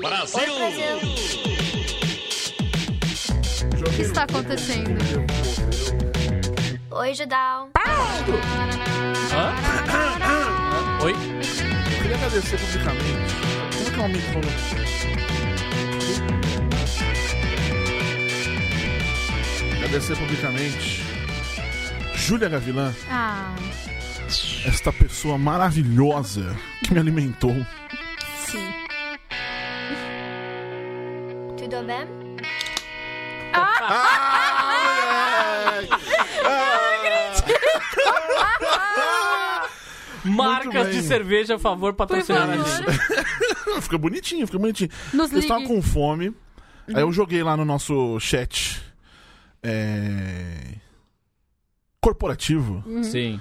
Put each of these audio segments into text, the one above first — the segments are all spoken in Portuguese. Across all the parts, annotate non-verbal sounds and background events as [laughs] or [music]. Brasil! O que está acontecendo? Oi, Judal. Oi? Queria agradecer publicamente. Como que é o aumento do volume? Agradecer publicamente. Júlia Gavilã, Ah, esta pessoa maravilhosa que me [laughs] alimentou. sim. Tudo bem? Ah, Marcas bem. de cerveja, a favor, Por patrocinar a gente. favor. fica bonitinho, fica bonitinho. Nos eu ligue. estava com fome. Aí eu joguei lá no nosso chat é, corporativo Uhum. Sim.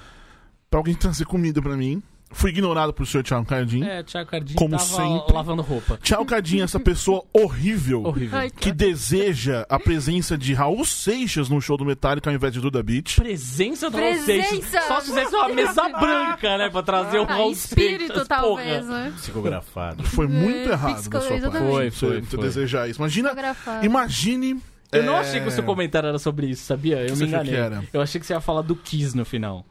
pra alguém trazer comida pra mim. Fui ignorado por senhor Thiago Cardim. É, Tiago Cardinho Como tava sempre. lavando roupa. Thiago Cardim, essa pessoa horrível. Horrível. um Que Claro. deseja a presença de Raul Seixas no show do Metallica ao invés de Duda Beat. Presença do Raul Presença! Seixas. Só se fizesse uma mesa branca, né? Pra trazer o Ah, Raul espírito, Seixas, talvez, porra. né? Psicografado. Foi muito É, errado da pixelou, sua parte. exatamente. Foi, Você- foi, você foi. desejar isso. Imagina, Fotografado. imagine... Eu não é, achei que o seu comentário era sobre isso, sabia? Eu que me você achou enganei. que era? Eu achei que você ia falar do Kiss no final.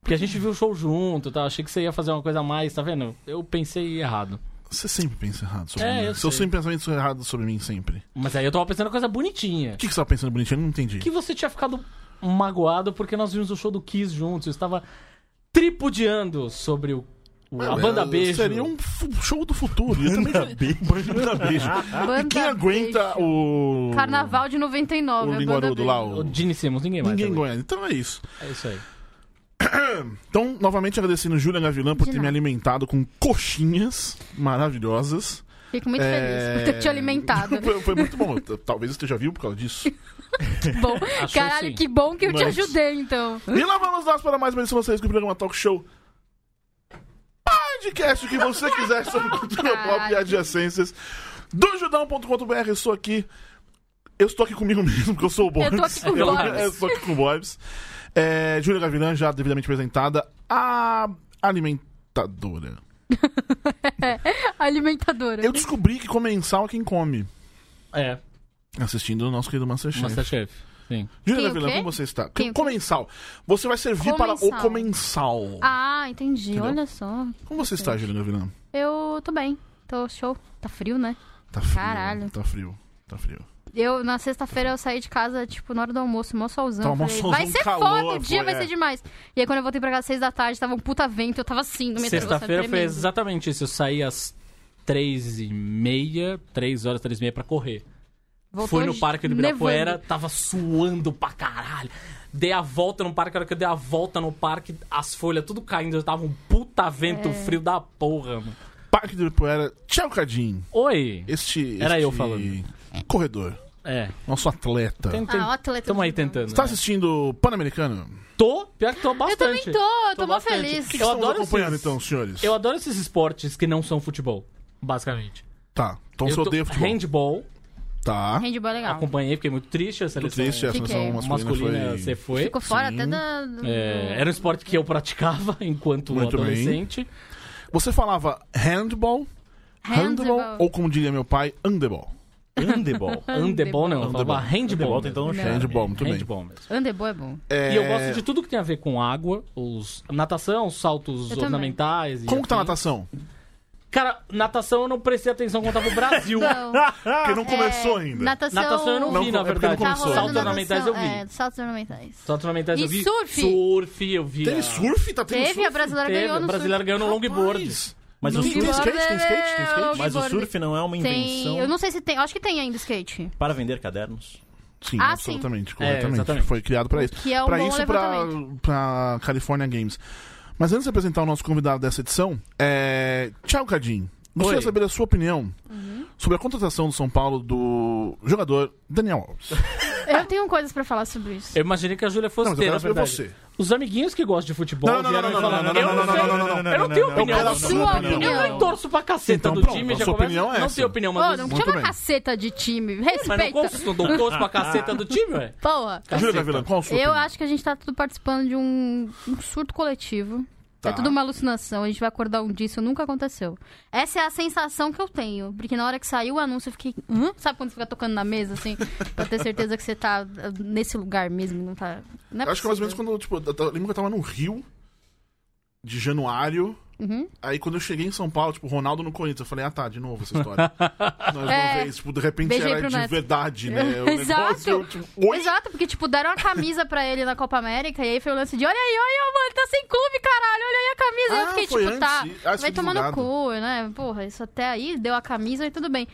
Porque a gente viu o show junto, tá? Achei que você ia fazer uma coisa a mais, tá vendo? Eu pensei errado. Você sempre pensa errado sobre É, mim. eu Seus sei. pensamentos são errados sobre mim sempre. Mas aí eu tava pensando coisa bonitinha. O que, que você tava pensando bonitinho? Eu não entendi. que você tinha ficado magoado porque nós vimos o show do Kiss juntos. Eu estava tripudiando sobre o, o- a Ué, Ah, banda Beijo. Seria um fu- show do futuro. Eu também- Banda Beijo. E Banda quem aguenta o... Carnaval de 99. O é linguarudo banda lá, dele. o... O Gene Simmons, ninguém mais. Ninguém também. aguenta. Então é isso. É isso aí. Então, novamente agradecendo Júlia Gavilã por De ter me nada. alimentado com coxinhas maravilhosas. Fico muito É, feliz por ter te alimentado. [laughs] né? Foi, foi muito bom. T- Talvez esteja vivo por causa disso. bom. Achou Caralho, sim. que bom que eu te Mas- ajudei, [laughs] então. E lá vamos nós para mais uma edição vocês com o programa Talk Show. Podcast o que você quiser sobre cultura Ah, pop e adjacências do judão.com.br. Eu sou aqui. Eu estou aqui comigo [laughs] mesmo, porque eu sou o Borbs. Eu tô aqui com o Eu- Borbs. [laughs] Eu estou aqui com o Borbs. É, Júlia Gavilã, já devidamente apresentada, a alimentadora. Alimentadora. Eu descobri que comensal é quem come. É, Assistindo o nosso querido Masterchef. Masterchef. Sim. Quem o Júlia Gavilã, quê? como você está? Quem o quê? comensal. Você vai servir para o Comensal. comensal. Ah, entendi. Olha só. Como você está, Júlia Gavilã? Eu tô bem. Tô show. Tá frio, né? Tá frio. Caralho. Tá frio. Tá frio. Eu, na sexta-feira, eu saí de casa, tipo, na hora do almoço, mó solzão. Tá, mó Falei, solzão, vai ser calor, foda, o dia foi, vai é. ser demais. E aí, quando eu voltei pra casa, seis da tarde, tava um puta vento, eu tava assim, no metrô, sabe, Sexta-feira foi tremendo. exatamente isso. Eu saí às três e meia, três horas, três e meia pra correr. Voltou Fui no parque do Ibirapuera, nevando. tava suando pra caralho. Dei a volta no parque, a hora que eu dei a volta no parque, as folhas tudo caindo, eu tava um puta vento É. frio da porra, mano. Parque do Ibirapuera, Tchau, Cadim. Oi! Este. Era este eu falando. Corredor. É. Nosso atleta. Tem- tem- Ah, o atleta. Tamo aí do Ibirapuera. tentando. né? Você tá assistindo Pan-Americano? Tô, pior que tô Eu bastante. também tô, eu tô, mó bastante. feliz. O que Eu estamos adoro acompanhando, esses- então, senhores? Eu adoro esses esportes que não são futebol, basicamente. Tá. Então, eu se eu tô- odeia futebol. Handball, Tá. Handball é legal. acompanhei, fiquei muito triste a Muito seleção triste, é, a Fiquei. seleção masculina, masculina, foi... você foi. Ficou fora Sim. até da... do- É, era um esporte que eu praticava [laughs] enquanto Muito bem. adolescente. Você falava handball, handball, Handball. ou como diria meu pai, handball. Handebol. Handebol não, eu Handebol. falava handball. Handebol tentando no mesmo. chão. Handball, muito bem. Handball [laughs] mesmo. Handebol é bom. É, E eu gosto de tudo que tem a ver com água, os natação, os saltos Eu também. ornamentais. e Como que tá a afim. natação? Cara, natação eu não prestei atenção quando tava o Brasil. Não, Porque não começou é, ainda. Natação... Natação eu não vi, Não, na é porque verdade. não Tá começou. rolando saltos ornamentais eu natação, vi. É, saltos ornamentais. Saltos ornamentais E eu vi. surf? Surf, eu vi. Teve a- surf? Tá tendo Teve, surf? a brasileira Teve, ganhou o no brasileiro ganhou no longboard. Rapaz, Mas o Não, surf. tem skate, tem skate, tem skate. Não, Mas o longboard. surf não é uma invenção Tem... Eu não sei se tem... Acho que tem ainda skate. para vender cadernos. Sim, Ah, absolutamente, sim. corretamente. É, exatamente. Foi criado pra isso. Que é um pra bom isso, pra, levantamento. pra California Games. Mas antes de apresentar o nosso convidado dessa edição, é... tchau, Cadim. Gostaria Oi. de saber a sua opinião sobre a contratação do São Paulo do jogador Daniel Alves. Eu tenho coisas pra falar sobre isso. Eu imaginei que a Júlia fosse Não, mas eu ter, quero na saber verdade. você. Os amiguinhos que gostam de futebol Não, não, não, vieram não, me falar, não, não, "Eu não, não, sei, não, não, não, Eu não tenho não, opinião. não, Eu, não, sua opinião. eu nem torço pra caceta Então, do pronto, time. a Já sua começa- opinião é Não essa. tenho opinião, Ô, mas... não os- Muito chama bem. caceta de time. Mas não Respeita. torço- não torço pra caceta do time, ué. Porra. Júlia Gavilã, qual a sua Tá Eu opinião? acho que a gente tá tudo participando de um, um surto coletivo. Tá. É tudo uma alucinação, a gente vai acordar um dia, isso nunca aconteceu. Essa é a sensação que eu tenho, porque na hora que saiu o anúncio eu fiquei. Hã? Sabe quando você fica tocando na mesa, assim? pra ter certeza que você tá eh, nesse lugar mesmo, não tá. Não é acho que mais ou menos possível. quando, tipo, eu, ta- eu lembro que eu tava no Rio de januário. Uhum. Aí quando eu cheguei em São Paulo, tipo, Ronaldo no Corinthians, eu falei, ah tá, de novo [laughs] essa história. Nós É. uma vez, tipo, de repente Beijei era pro de Neto. verdade, né? O [laughs] Exato. negócio, eu, tipo, oi? Exato, porque, tipo, deram a camisa pra ele na Copa América e aí foi o lance de: olha aí, olha aí, ó, mano, ele tá sem clube, caralho, olha aí a camisa. Aí eu Ah, fiquei, foi tipo, tá. antes. Ah, isso vai foi tomar no divulgado. cu, né? Porra, isso até aí deu a camisa e tudo bem.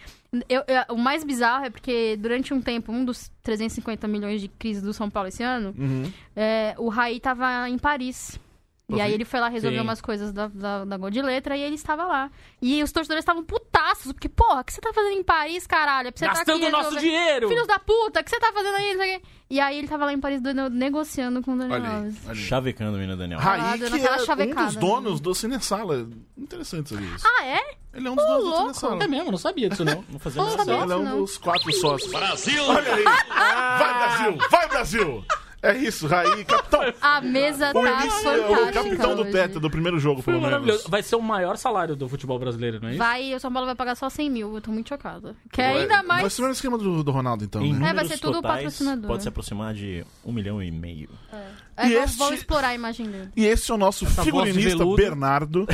Eu- eu- o mais bizarro é porque durante um tempo, um dos 350 milhões de crises do São Paulo esse ano, Uhum. é, o Raí tava em Paris. Uhum. E aí ele foi lá resolver Sim. umas coisas da, da, da Gol de Letra e ele estava lá. E os torcedores estavam putaços, porque, porra, o que você tá fazendo em Paris, caralho? É pra [laughs] Você Gastando tá o aqui nosso resolver- dinheiro! Filhos da puta, o que você tá fazendo aí? Não sei o quê. E aí ele tava lá em Paris do- negociando com o Daniel Olha aí, Alves. olha aí. Chavecando o menino Daniel. Raí, Dona que Sala é um chavecada, dos né? donos do Cinesala. Interessante saber isso. Ah, é? Ele é um dos donos do louco. Cinesala. É mesmo, não sabia disso não. Não fazia Não nada. sabia. Ele é um Não. dos quatro sócios. Brasil! [laughs] Olha aí! Vai, Brasil! Vai, Brasil! É isso, Raí, capitão. A mesa O, tá início, é o fantástica né, capitão do hoje. Teta do primeiro jogo, Foi pelo menos. maravilhoso. Vai ser o maior salário do futebol brasileiro, não é isso? Vai, o São Paulo vai pagar só 100 mil, eu tô muito chocada. Que Vai- é ainda Vai mais... ser o mesmo esquema do, do Ronaldo, então. Em Né? É, vai números ser tudo totais, patrocinador. Pode se aproximar de um milhão e meio. É, E vão- este- Vão explorar a imagem [laughs] dele. E esse é o nosso voz de figurinista veludo. [laughs] Bernardo.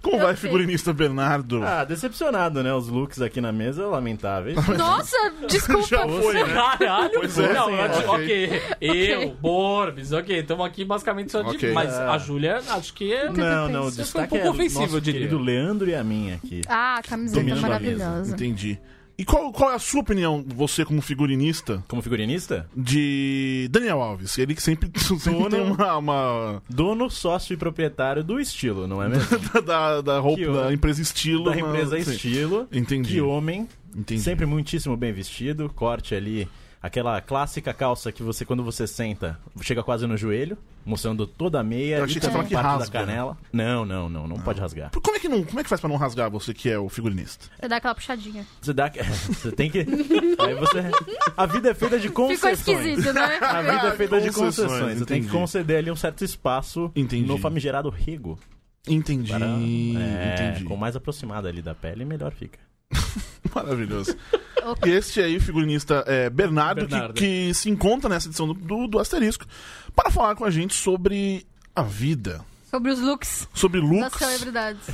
Como vai, Eu sei. figurinista Bernardo? Ah, decepcionado, né? Os looks aqui na mesa, [laughs] lamentáveis. Nossa, Já [laughs] desculpa. foi, né? Caralho, Pois é, não, sim, eu acho- ok. ok. Eu, Borbes, ok, estamos aqui basicamente só de. Ok. É. Mas a Júlia, acho que é. não, não, o Isso destaque foi um pouco é ofensivo, nosso eu diria. querido Leandro e a minha aqui. Ah, a camiseta Dominando a maravilhosa. Entendi. E qual, qual é a sua opinião, você como figurinista, Como figurinista? de Daniel Alves? Ele que sempre, [laughs] sempre né? tem uma... uma- Dono, sócio e proprietário do estilo, não é mesmo? da, da roupa, Que o- da empresa estilo. da né? empresa Sim. estilo. Entendi. Que homem. Entendi. Sempre muitíssimo bem vestido. Corte ali. Aquela clássica calça que você, quando você senta, chega quase no joelho, mostrando toda a meia Eu e achei que você também falou que parte da rasga, né? canela. Não, não, não, não pode rasgar. Como é que não, como é que faz pra não rasgar você que é o figurinista? Você dá aquela puxadinha. Você dá. Você tem que. [laughs] Aí você. A vida é feita de Ficou concessões. esquisito, né? [laughs] A vida é feita de Concessões, concessões. Você tem que entendi. conceder ali um certo espaço Entendi. no famigerado rego. Entendi. Para, é, entendi. Com mais aproximado ali da pele, melhor fica. [laughs] [laughs] Maravilhoso. Ok. E este aí, figurinista é, Bernardo, que- Bernardo. Que, se encontra nessa edição do, do, do Asterisco, para falar com a gente sobre a vida, Sobre os looks sobre das looks celebridades.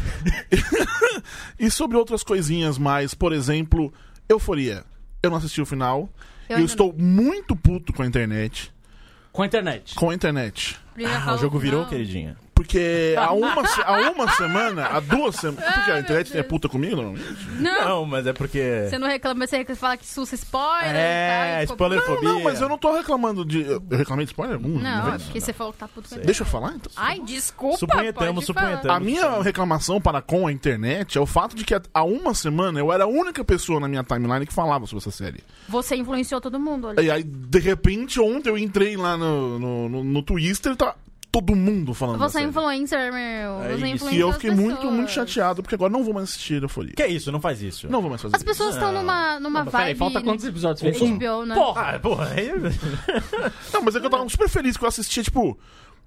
e sobre outras coisinhas mais. Por exemplo, Euforia. Eu não assisti o final. Eu Eu, ainda estou muito puto com a internet. Com a internet. Com a internet. Primeiro Ah, fala o jogo virou, não. queridinha. Porque há uma, se- há uma semana, há duas semanas. Porque a internet é puta comigo, normalmente. Não, Não, mas é porque. você não reclama, mas você reclama- fala que sussa spoiler. e tal, É, e ficou- spoilerfobia. Ah, Não, mas eu não tô reclamando de. Eu reclamei de spoiler algum? Não, Não. é porque você falou que tá puto com ele. Deixa eu falar então. Ai, desculpa, Suponhetamos, pode falar. suponhetamos. A minha reclamação para com a internet é o fato de que há uma semana eu era a única pessoa na minha timeline que falava sobre essa série. Você influenciou todo mundo, olha. E aí, de repente, ontem eu entrei lá no, no, no, no Twitter e tá todo mundo falando Você dessa é série. influencer, meu. É Você isso. E influenciou eu as fiquei muito, pessoas. muito chateado, porque agora não vou mais assistir Euforia. Que é isso, não faz isso. Não vou mais fazer As pessoas estão numa, numa Mas vibe... Peraí, falta quantos episódios? pra um. isso? HBO, né? Porra! Ah, porra, aí. é isso. Não, mas é que eu tava super feliz que eu assistia, tipo,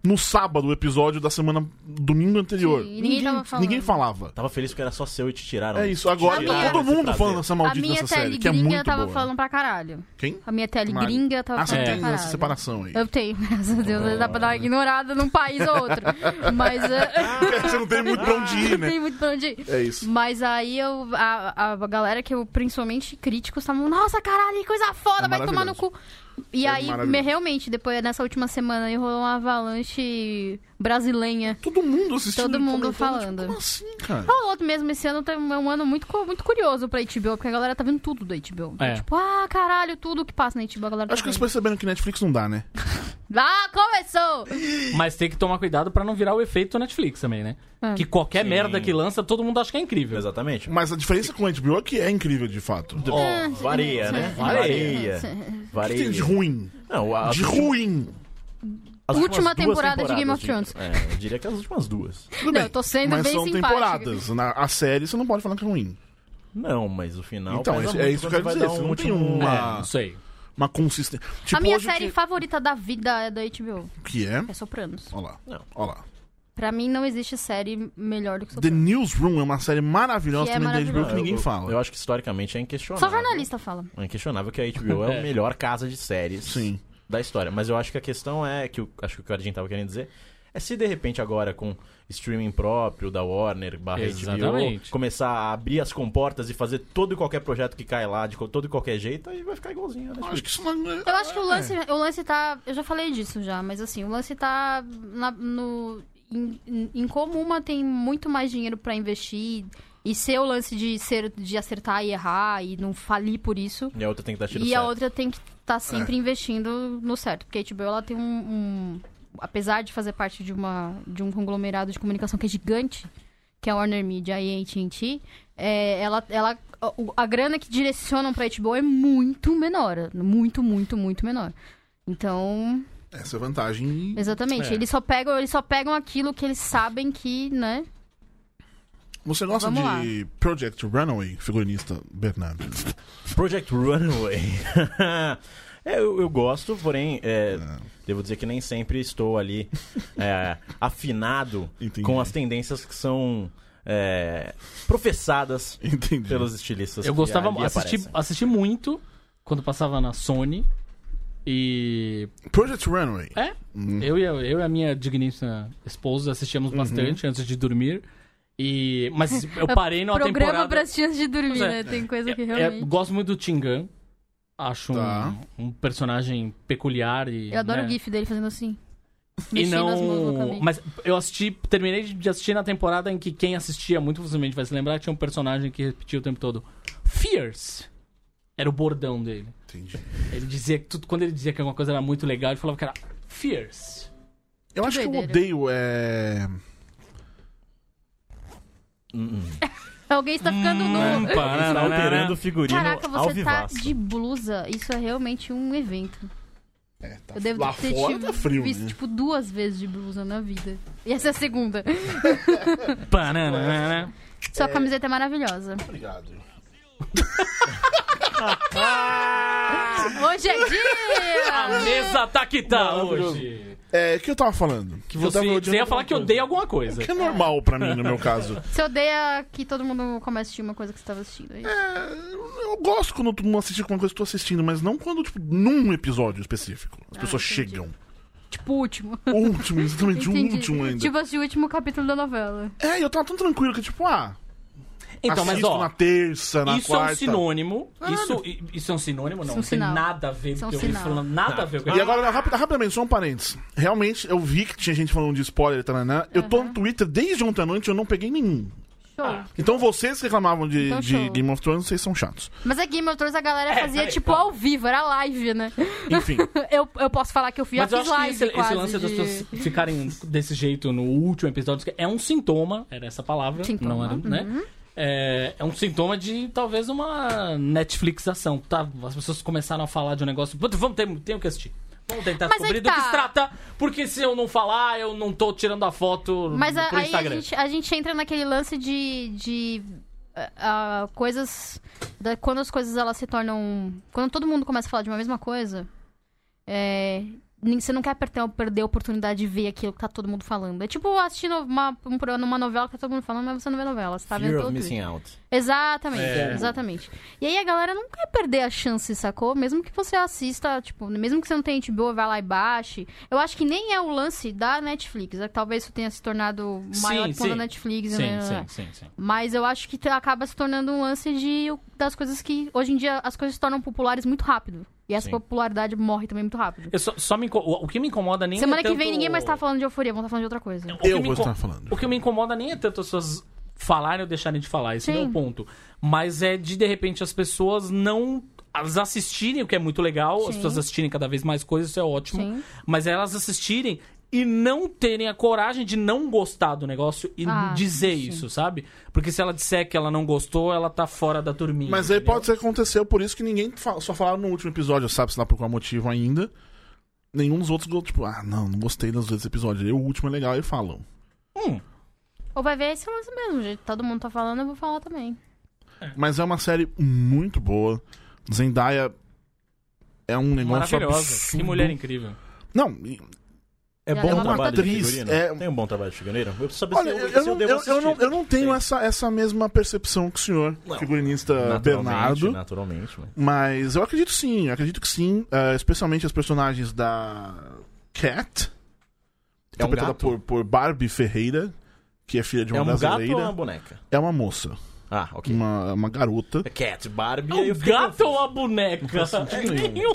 no sábado o episódio da semana, domingo anterior. Sim, e ninguém tava falando. ninguém falava. Tava feliz porque era só seu e te tiraram. É isso, agora A tá minha- todo mundo Prazer. falando dessa A maldita minha dessa série, tele que é gringa muito tava boa. falando pra caralho. Quem? A minha tele Mari. gringa tava Ah, você falando pra tem caralho. essa separação aí. Eu tenho, [laughs] graças a Deus. Dá pra dar uma ignorada num país ou outro. [laughs] Mas... eh, É, Você não tem muito pra onde ir, Não né? tem muito pra onde ir. É isso. Mas aí eu. A, a galera que eu, principalmente críticos, estavam, nossa, caralho, que coisa foda, É vai tomar no maravilhoso. cu. E É aí, me- maravilhoso. realmente, depois nessa última semana aí rolou uma avalanche brasileira. Todo mundo assistindo. Todo e mundo comentando, falando. Tipo, como assim, cara? Rolou mesmo, esse ano tem- é um ano muito, cu- muito curioso pra HBO, porque a galera tá vendo tudo da HBO. É. Tipo, ah, caralho, tudo que passa na HBO, a galera Acho que tá eles vendo. perceberam que Netflix não dá, né? Ah, começou! Mas tem que tomar cuidado pra não virar o efeito Netflix também, né? Ah. Que qualquer Sim. merda que lança, todo mundo acha que é incrível. Exatamente. Mas a diferença com a HBO é que é incrível de fato. O Ah, Ó, varia, né? [laughs] Varia. que Varia. tem de ruim? Não, as De últimas- ruim! as últimas Última duas temporada de Game of temporadas, gente. É, eu diria que as últimas duas. Tudo Não, bem. eu tô sendo Mas bem são simpática. temporadas. Na, a série você não pode falar que é ruim. Não, mas o final. Então, pesa esse- é muito isso que eu quando quero você vai dizer, dar você um não tem último- uma- É, não sei. uma consistência. Tipo a minha hoje série que... favorita da vida é da HBO. que é? É Sopranos. Olha lá. Não. Olha lá. Pra mim não existe série melhor do que The Sopranos. Newsroom. Newsroom é uma série maravilhosa Que é também da HBO maravilhosa. que ninguém eu, fala. Eu acho que historicamente é inquestionável. Só jornalista fala. É inquestionável que a HBO é a É. melhor casa de séries Sim. da história. Mas eu acho que a questão é, que o- acho que o que o Argin tava querendo dizer, é se de repente agora com streaming próprio da Warner, barra Exatamente. HBO, começar a abrir as comportas e fazer todo e qualquer projeto que cai lá, de co- todo e qualquer jeito, aí vai ficar igualzinho. né? Eu acho que isso não é... Eu acho que o lance, o lance tá. Eu já falei disso já, mas assim, o lance tá na- no. Em, em- em como uma tem muito mais dinheiro pra investir e ser o lance de, ser, de acertar e errar e não falir por isso. E a outra tem que tá dar tiro E a certo. outra tem que estar É. sempre investindo no certo. Porque a HBO, ela tem um, um- Apesar de fazer parte de, uma, de um conglomerado de comunicação que é gigante, que é a Warner Media e a AT&T, é, ela... ela a- o- a grana que direcionam pra HBO é muito menor. Muito, muito, muito menor. Então, Essa é a vantagem. exatamente. É. Eles, só pegam, eles só pegam aquilo que eles sabem que, né? Você gosta Vamos de Project Runaway, figurinista Bernardo? [laughs] Project Runaway. [laughs] É, eu, eu gosto, porém, é, devo dizer que nem sempre estou ali [laughs] é, afinado Entendi. com as tendências que são é, professadas Entendi. pelos estilistas. Eu que gostava, ali assisti, aparecem. assisti muito quando passava na Sony. E Project Runaway. É? Eu, e a, eu e a minha digníssima esposa assistíamos Uhum. bastante antes de dormir. E, mas [laughs] eu parei numa É Programa temporada. pra assistir antes de dormir, Pois é. né? Tem coisa que É, realmente... gosto muito do Tingan. Acho um- Tá. um, personagem peculiar e. Eu adoro né? o gif dele fazendo assim. E mexendo as mãos não. loucamente. Mas eu assisti, terminei de assistir na temporada em que quem assistia muito facilmente vai se lembrar tinha um personagem que repetia o tempo todo. Fierce! Era o bordão dele. Entendi. Ele dizia que tudo. Quando ele dizia que alguma coisa era muito legal, ele falava que era Fierce. Eu acho que eu doideira. odeio. É... Alguém está ficando Hum, nu. Né? Está alterando o figurino Caraca, ao você tá vivaço. de blusa. Isso é realmente um evento. É, tá Eu devo lá ter fora te tá frio, visto, né? tipo, duas vezes de blusa na vida. E essa é a segunda. Banana. Sua camiseta é maravilhosa. Obrigado. Hoje é dia! A mesa tá que tá hoje. É, o que eu tava falando? Que você, você ia falar que odeia alguma coisa. Que é normal pra mim, no meu [laughs] caso. Você odeia que todo mundo comece a assistir uma coisa que você tava assistindo. é isso? É, eu gosto quando todo mundo assiste alguma coisa que eu tô assistindo, mas não quando, tipo, num episódio específico. Ah, As pessoas entendi. chegam. Tipo, o último. O último, exatamente, o Entendi. um último ainda. Tipo, assim, o último capítulo da novela. É, e eu tava tão tranquilo que, tipo, ah, Então, mas assisto ó, na terça, na isso quarta. é um sinônimo. Isso, i- isso é um sinônimo, não. Isso é um não sinal. tem nada a ver Isso com é o um que eu vi sinal. falando. Nada a ver com o Tá. que E agora, não, rapida- rapidamente, só um parênteses. Realmente, eu vi que tinha gente falando de spoiler, taranã. Eu tô no Twitter desde ontem à noite e eu não peguei nenhum. Show. Então vocês que reclamavam de, Então, de show. Game of Thrones, vocês são chatos. Mas a Game of Thrones a galera fazia, peraí, tipo, calma. ao vivo. Era live, né? Enfim, Eu, eu posso falar que eu fui, Mas eu eu fiz acho que live esse, esse quase lance das de- pessoas ficarem desse jeito no último episódio é um sintoma, era essa palavra, Sintoma, Uhum. não era, né? É, é um sintoma de talvez uma Netflixação, tá? As pessoas começaram a falar de um negócio, "Puta, vamos ter, tem o que assistir. Vamos tentar Mas aí descobrir que do que tá. se trata, porque se eu não falar, eu não tô tirando a foto Mas a- pro aí a Instagram. gente, a gente entra naquele lance de, de ah, ah, coisas. da- quando as coisas elas se tornam. Quando todo mundo começa a falar de uma mesma coisa, é, nem- você não quer perder, perder a oportunidade de ver aquilo que tá todo mundo falando. É tipo assistindo uma, um programa- uma novela que tá todo mundo falando, mas você não vê novela, você tá Fear vendo of pelo Missing Twitter. Out. Exatamente, É. exatamente. E aí a galera não quer perder a chance, sacou? Mesmo que você assista, tipo, mesmo que você não tenha HBO, vai lá e baixe. Eu acho que nem é o lance da Netflix. é que Talvez isso tenha se tornado maior Sim, que quando a sim. Netflix, Sim, né? sim, sim, sim. Mas eu acho que te- acaba se tornando um lance de das coisas que. Hoje em dia as coisas se tornam populares muito rápido. E essa Sim. popularidade morre também muito rápido. Eu só, só me inco- o o que me incomoda nem é Semana que vem tanto- ninguém mais tá falando de euforia, vão estar falando de outra coisa. O que eu me vou inco- estar falando. O que me incomoda nem é tanto as pessoas falarem ou deixarem de falar, esse Sim. não é o ponto. Mas é de, de repente, as pessoas não. As assistirem, o que é muito legal, as Sim. pessoas assistirem cada vez mais coisas, isso é ótimo. Sim. Mas elas assistirem e não terem a coragem de não gostar do negócio e Ah, dizer sim. isso, sabe? Porque se ela disser que ela não gostou, ela tá fora da turminha. Mas aí entendeu? pode ser que aconteceu, por isso que ninguém fa- só falaram no último episódio, sabe-se lá por qual motivo ainda. Nenhum dos outros, tipo, ah, não, não gostei dos dois episódios. Aí o último é legal e falam. Hum, Ou vai ver esse lance mesmo, gente. Todo mundo tá falando, eu vou falar também. Mas é uma série muito boa. Zendaya é um negócio Maravilhosa. absurdo. Que mulher incrível. Não, e- É Ela bom é uma trabalho de atriz, figurino? é- Tem um bom trabalho de figurino? Eu preciso saber olha, se eu, eu, se eu não, devo eu- eu não, assistir. eu não tenho essa, essa mesma percepção que o senhor, Não. figurinista Ah, Naturalmente, Ah, Bernardo. Naturalmente, mas... Mas eu acredito sim, eu acredito que sim. ah, especialmente as personagens da É Cat, um interpretada gato? por, por Barbie Ferreira, que é filha de uma É um gato brasileira. Hum. ou uma boneca? É uma moça, Ah, ok. uma, uma garota. É Cat, Barbie... É aí eu um fiquei gato confuso. ou a boneca? [laughs] nenhum.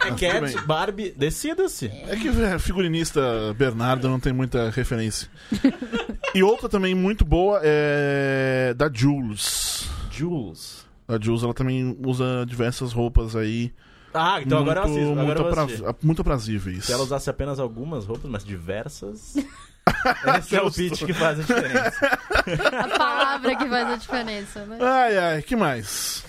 É tudo Cat, bem. Barbie... Decida-se. É que é, figurinista Bernardo não tem muita referência. e outra também muito boa é da Jules. Jules. A Jules ela também usa diversas roupas aí. Ah, então agora eu muito, assisto. Agora muito, eu vou apra- assistir. muito aprazíveis. Se ela usasse apenas algumas roupas, mas [laughs] diversas... Esse é o Justo. pitch que faz a diferença. A palavra que faz a diferença, né? Ai, ai, que mais?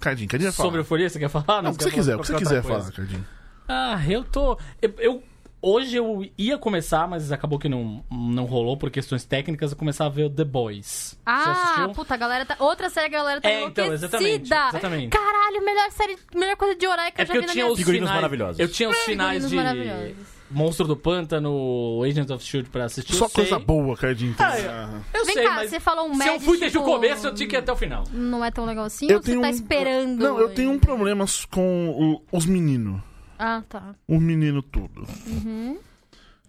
Cardinho, Cardinho vai falar. Sobre euforia, você quer falar? Não, o você que você quer quiser, o falar que você qualquer outra quiser coisa? falar, Cardinho. Ah, eu tô. Eu, eu- hoje eu ia começar, mas acabou que não, não rolou por questões técnicas. Eu começar a ver o The Boys. Você Ah, assistiu? puta, a galera tá. Outra série que a galera tá É, então, enlouquecida. exatamente, exatamente. Caralho, melhor série, melhor coisa de horário que É eu já porque vi eu na tinha minha os vida. Figurinos finais, maravilhosos. Eu tinha os finais Figurinos de maravilhosos. Monstro do Pântano, Agents of Shield pra assistir. Só eu sei. coisa boa, Cardinho. tem. Ah, Ah. Eu Vem sei, cá, mas você falou um se eu médico. fui desde o começo, eu tinha que ir até o final. Não é tão legal assim? Eu ou você tenho tá um- esperando? Não, eu tenho um problema com o- os meninos. Ah, tá. Uhum, O menino tudo.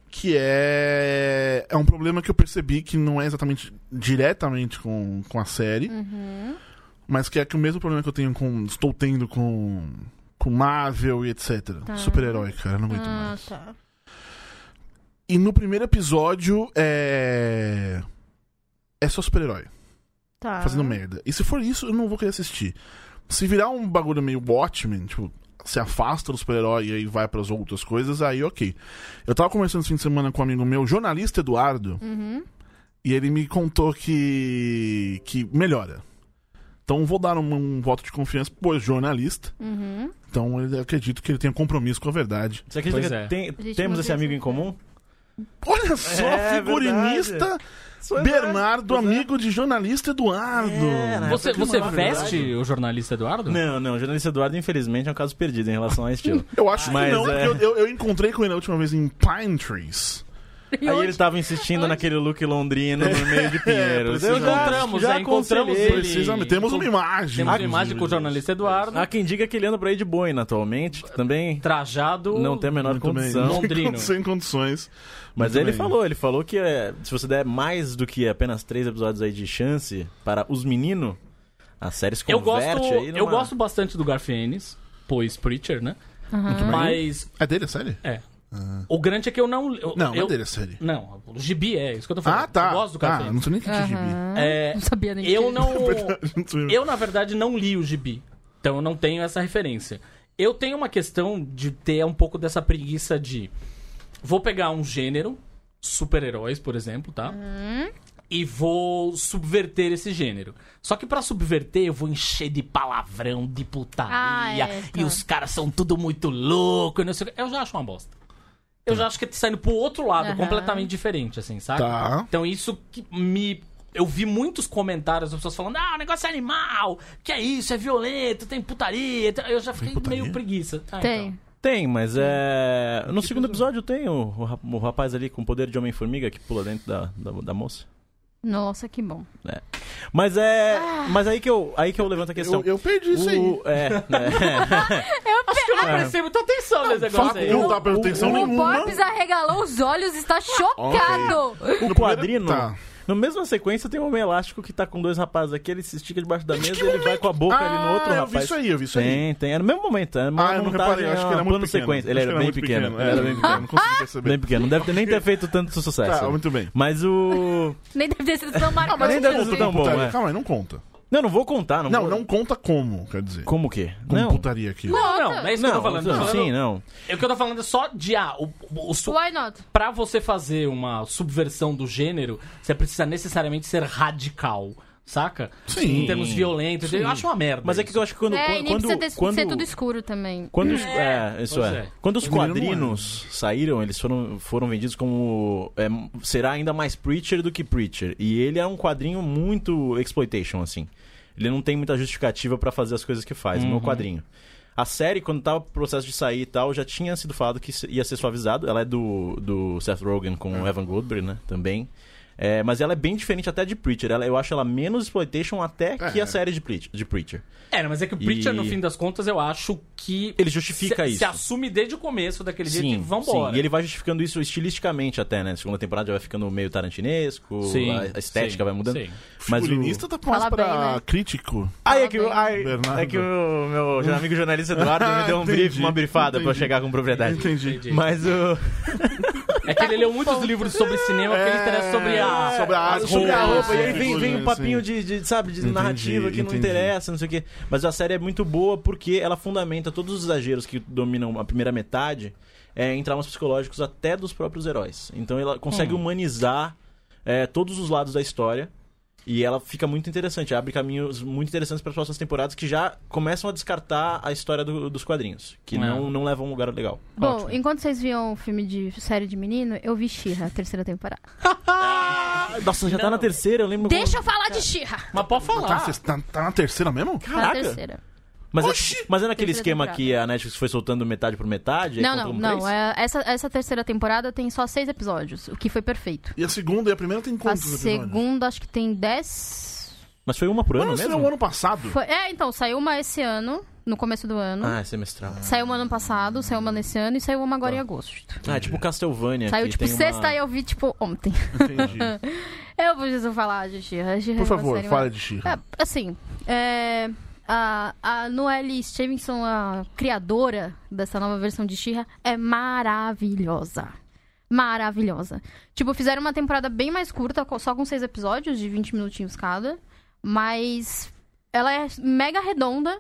Que é. É um problema que eu percebi que não é exatamente diretamente com, com a série. uhum. Mas que é que o mesmo problema que eu tenho com. Estou tendo com. Com Marvel e etc. Super-herói, cara. eu Não aguento Tá. Ah, mais. tá. E no primeiro episódio é. É só super-herói. Tá. Ah. fazendo merda. E se for isso, eu não vou querer assistir. Se virar um bagulho meio Watchmen, tipo, se afasta do super-herói e aí vai pras outras coisas, aí ok. Eu tava conversando esse fim de semana com um amigo meu, jornalista Eduardo, Uhum. e ele me contou que. que melhora. Então vou dar um, um voto de confiança, pois jornalista. Uhum. Ah, Então eu acredito que ele tenha compromisso com a verdade. Você acredita Pois que é. tem- gente temos não esse fez amigo isso. em comum? Olha só, É, figurinista é, Bernardo, amigo de jornalista Eduardo. É, né? Você, porque você não é veste verdade. o jornalista Eduardo? Não, não. O jornalista Eduardo, infelizmente, é um caso perdido em relação a [laughs] estilo. Eu acho Mas que não, é. porque eu, eu- eu encontrei com ele a última vez em Pine Trees. Aí ele tava insistindo naquele look londrino no meio de Pinheiros. É, Eu já- encontramos, já é, encontramos aconselhei ele. Precisamente. Temos uma imagem. Temos uma imagem com o jornalista Eduardo, Há quem diga que ele anda pra ir de boina atualmente, que também Tá trajado. não tem a menor Também, condição. Não- Londrino. Sem- Sem condições. Mas Muito ele bem. falou, ele falou que é, se você der mais do que apenas três episódios aí de chance para os meninos, a série se Eu converte gosto, aí é. numa... eu gosto bastante do Garfienes, pois Preacher, né? Mas, É dele, é sério? é. O grande é que eu não. eu- Ah. Não, eu, é dele, é sério. Não, o gibi é isso que eu tô falando. Ah, tá. Eu gosto do ah, Garfienes. não sei É nem o que é [laughs] gibi. É, Ah, Não sabia nem eu que- não. Não sei. Eu, na verdade, não li o gibi. Então eu não tenho essa referência. Eu tenho uma questão de ter um pouco dessa preguiça de. Vou pegar um gênero, super-heróis, por exemplo, tá? Hum. E vou subverter esse gênero. Só que pra subverter, eu vou encher de palavrão, de putaria. Ah, é, tá. E os caras são tudo muito louco. e não sei o quê. Eu já acho uma bosta. Eu já acho que tá saindo pro outro lado, Aham. completamente diferente, assim, sabe? Tá. Então isso que me. Eu vi muitos comentários das pessoas falando: ah, o negócio é animal, que é isso, é violento, tem putaria. Eu já fiquei putaria? meio preguiça. Ah, Tem. então. Tem, mas é... Hum. No segundo episódio tem o, o rap- o rapaz ali com o poder de Homem-Formiga que pula dentro da, da, da moça. Nossa, que bom. Mas é... Mas aí que eu, aí que eu levanto a questão. Eu, eu perdi isso aí. O- [laughs] é, né? Acho que eu É. não prestei muita atenção nesse negócio aí. eu não tava prestando atenção o nenhuma. Borbs arregalou os olhos [laughs] e está chocado. O quadrino... Tá. No mesma sequência tem um homem elástico que tá com dois rapazes aqui, ele se estica debaixo da mesa e ele vai com a boca ali no outro Ah, eu rapaz. vi isso aí, eu vi isso aí. Tem, tem. Era no mesmo momento. Era uma Ah, eu não montagem, reparei, eu acho era que ele era um muito plano pequeno. sequência. Ele Acho era que bem pequeno. É, Ele era bem pequeno. Não [laughs] consegui Bem perceber. pequeno. Não deve ter- nem ter feito tanto sucesso. Tá, muito bem. Mas o. Nem deve ter sido tão marcante. mas nem deve assim. ser tão bom. Putaria, é. Calma aí, não conta. Não, não vou contar. Não, Não, vou... não conta como, quer dizer. Como o quê? Como não. putaria aqui. Não, não, não é isso que eu Não, tô falando. não, Eu tô falando- sim, né? não. É O que eu tô falando é só de. Ah, o, o, o su- Why not? pra você fazer uma subversão do gênero, você precisa necessariamente ser radical. Saca? Sim. Em termos violentos. Eu acho uma merda. Mas é isso. que eu acho que quando. É, e nem quando, precisa ter, quando, ser tudo escuro também. Quando os, é, isso pois é. é. Quando os O menino não quadrinos saíram, eles foram, foram vendidos como. é, será ainda mais Preacher do que Preacher. E ele é um quadrinho muito exploitation, assim. Ele não tem muita justificativa pra fazer as coisas que faz, no meu quadrinho. A série, quando tava pro processo de sair e tal, já tinha sido falado que se- ia ser suavizado. Ela é do, do Seth Rogen com o Evan Goldberg, né? Também. É, mas ela é bem diferente até de Preacher. Ela, eu acho ela menos exploitation até que É. a série de Preacher. De Preacher. É, mas é que o Preacher, E- no fim das contas, eu acho que. Ele justifica se, isso. Se assume desde o começo daquele jeito e vambora. E ele vai justificando isso estilisticamente até, né? Na segunda temporada já vai ficando meio tarantinesco, Sim, a- a estética sim, vai mudando. sim. Mas o... Figurinista tá mais Fala pra bem, né? crítico. Ai, é Fala que, o- bem. ai, tá Bernardo. Ah, é que o meu jo- amigo jornalista Eduardo me [laughs] deu um Entendi, brief, uma brifada pra eu entendi. chegar com propriedade. Entendi. Entendi. Mas o. É que ele [laughs] leu muitos livros sobre cinema que ele interessa sobre a. É, sobre Ah, a as arte, sobre a roupas, roupa, E é. aí vem, vem um papinho de, de, sabe, de Entendi, narrativa que não entendi. interessa, não sei o quê. Mas a série é muito boa porque ela fundamenta todos os exageros que dominam a primeira metade é, em traumas psicológicos até dos próprios heróis. Então ela consegue humanizar é, todos os lados da história. E ela fica muito interessante, abre caminhos muito interessantes para as próximas temporadas que já começam a descartar a história do- dos quadrinhos, que É. não, não levam a um lugar legal. Bom, Ótimo. enquanto vocês viam o filme de série de menino, eu vi Xirra, a terceira temporada. Nossa, já tá Não. na terceira, eu lembro. Deixa eu falar de Xirra! Mas pode Tá, falar. na- tá- tá na terceira mesmo? Na Caraca! terceira. Mas Oxi! é, mas é naquele Terceira esquema temporada. que a Netflix foi soltando metade por metade? aí Não, não, contou um não. três? é- essa, essa terceira temporada tem só seis episódios, o que foi perfeito. E a segunda e a primeira tem A quantos episódios? segunda, acho que tem dez. Mas foi uma por ano Mano, isso mesmo? é o ano passado. Foi- é, então, saiu uma esse ano, no começo do ano. Ah, é semestral. Saiu uma ano passado, saiu uma nesse ano e saiu uma agora em agosto. Ah, é tipo Castlevania. Saiu que tipo tem uma- sexta e eu vi, tipo, ontem. [laughs] Entendi. Eu preciso falar de Xirra. [laughs] Por favor, fale de Shira. É, assim, é, a, a Noelle Stevenson, a criadora dessa nova versão de She-Ra, é maravilhosa. Maravilhosa. Tipo, fizeram uma temporada bem mais curta, co- só com seis episódios, de 20 minutinhos cada. Mas ela é mega redonda.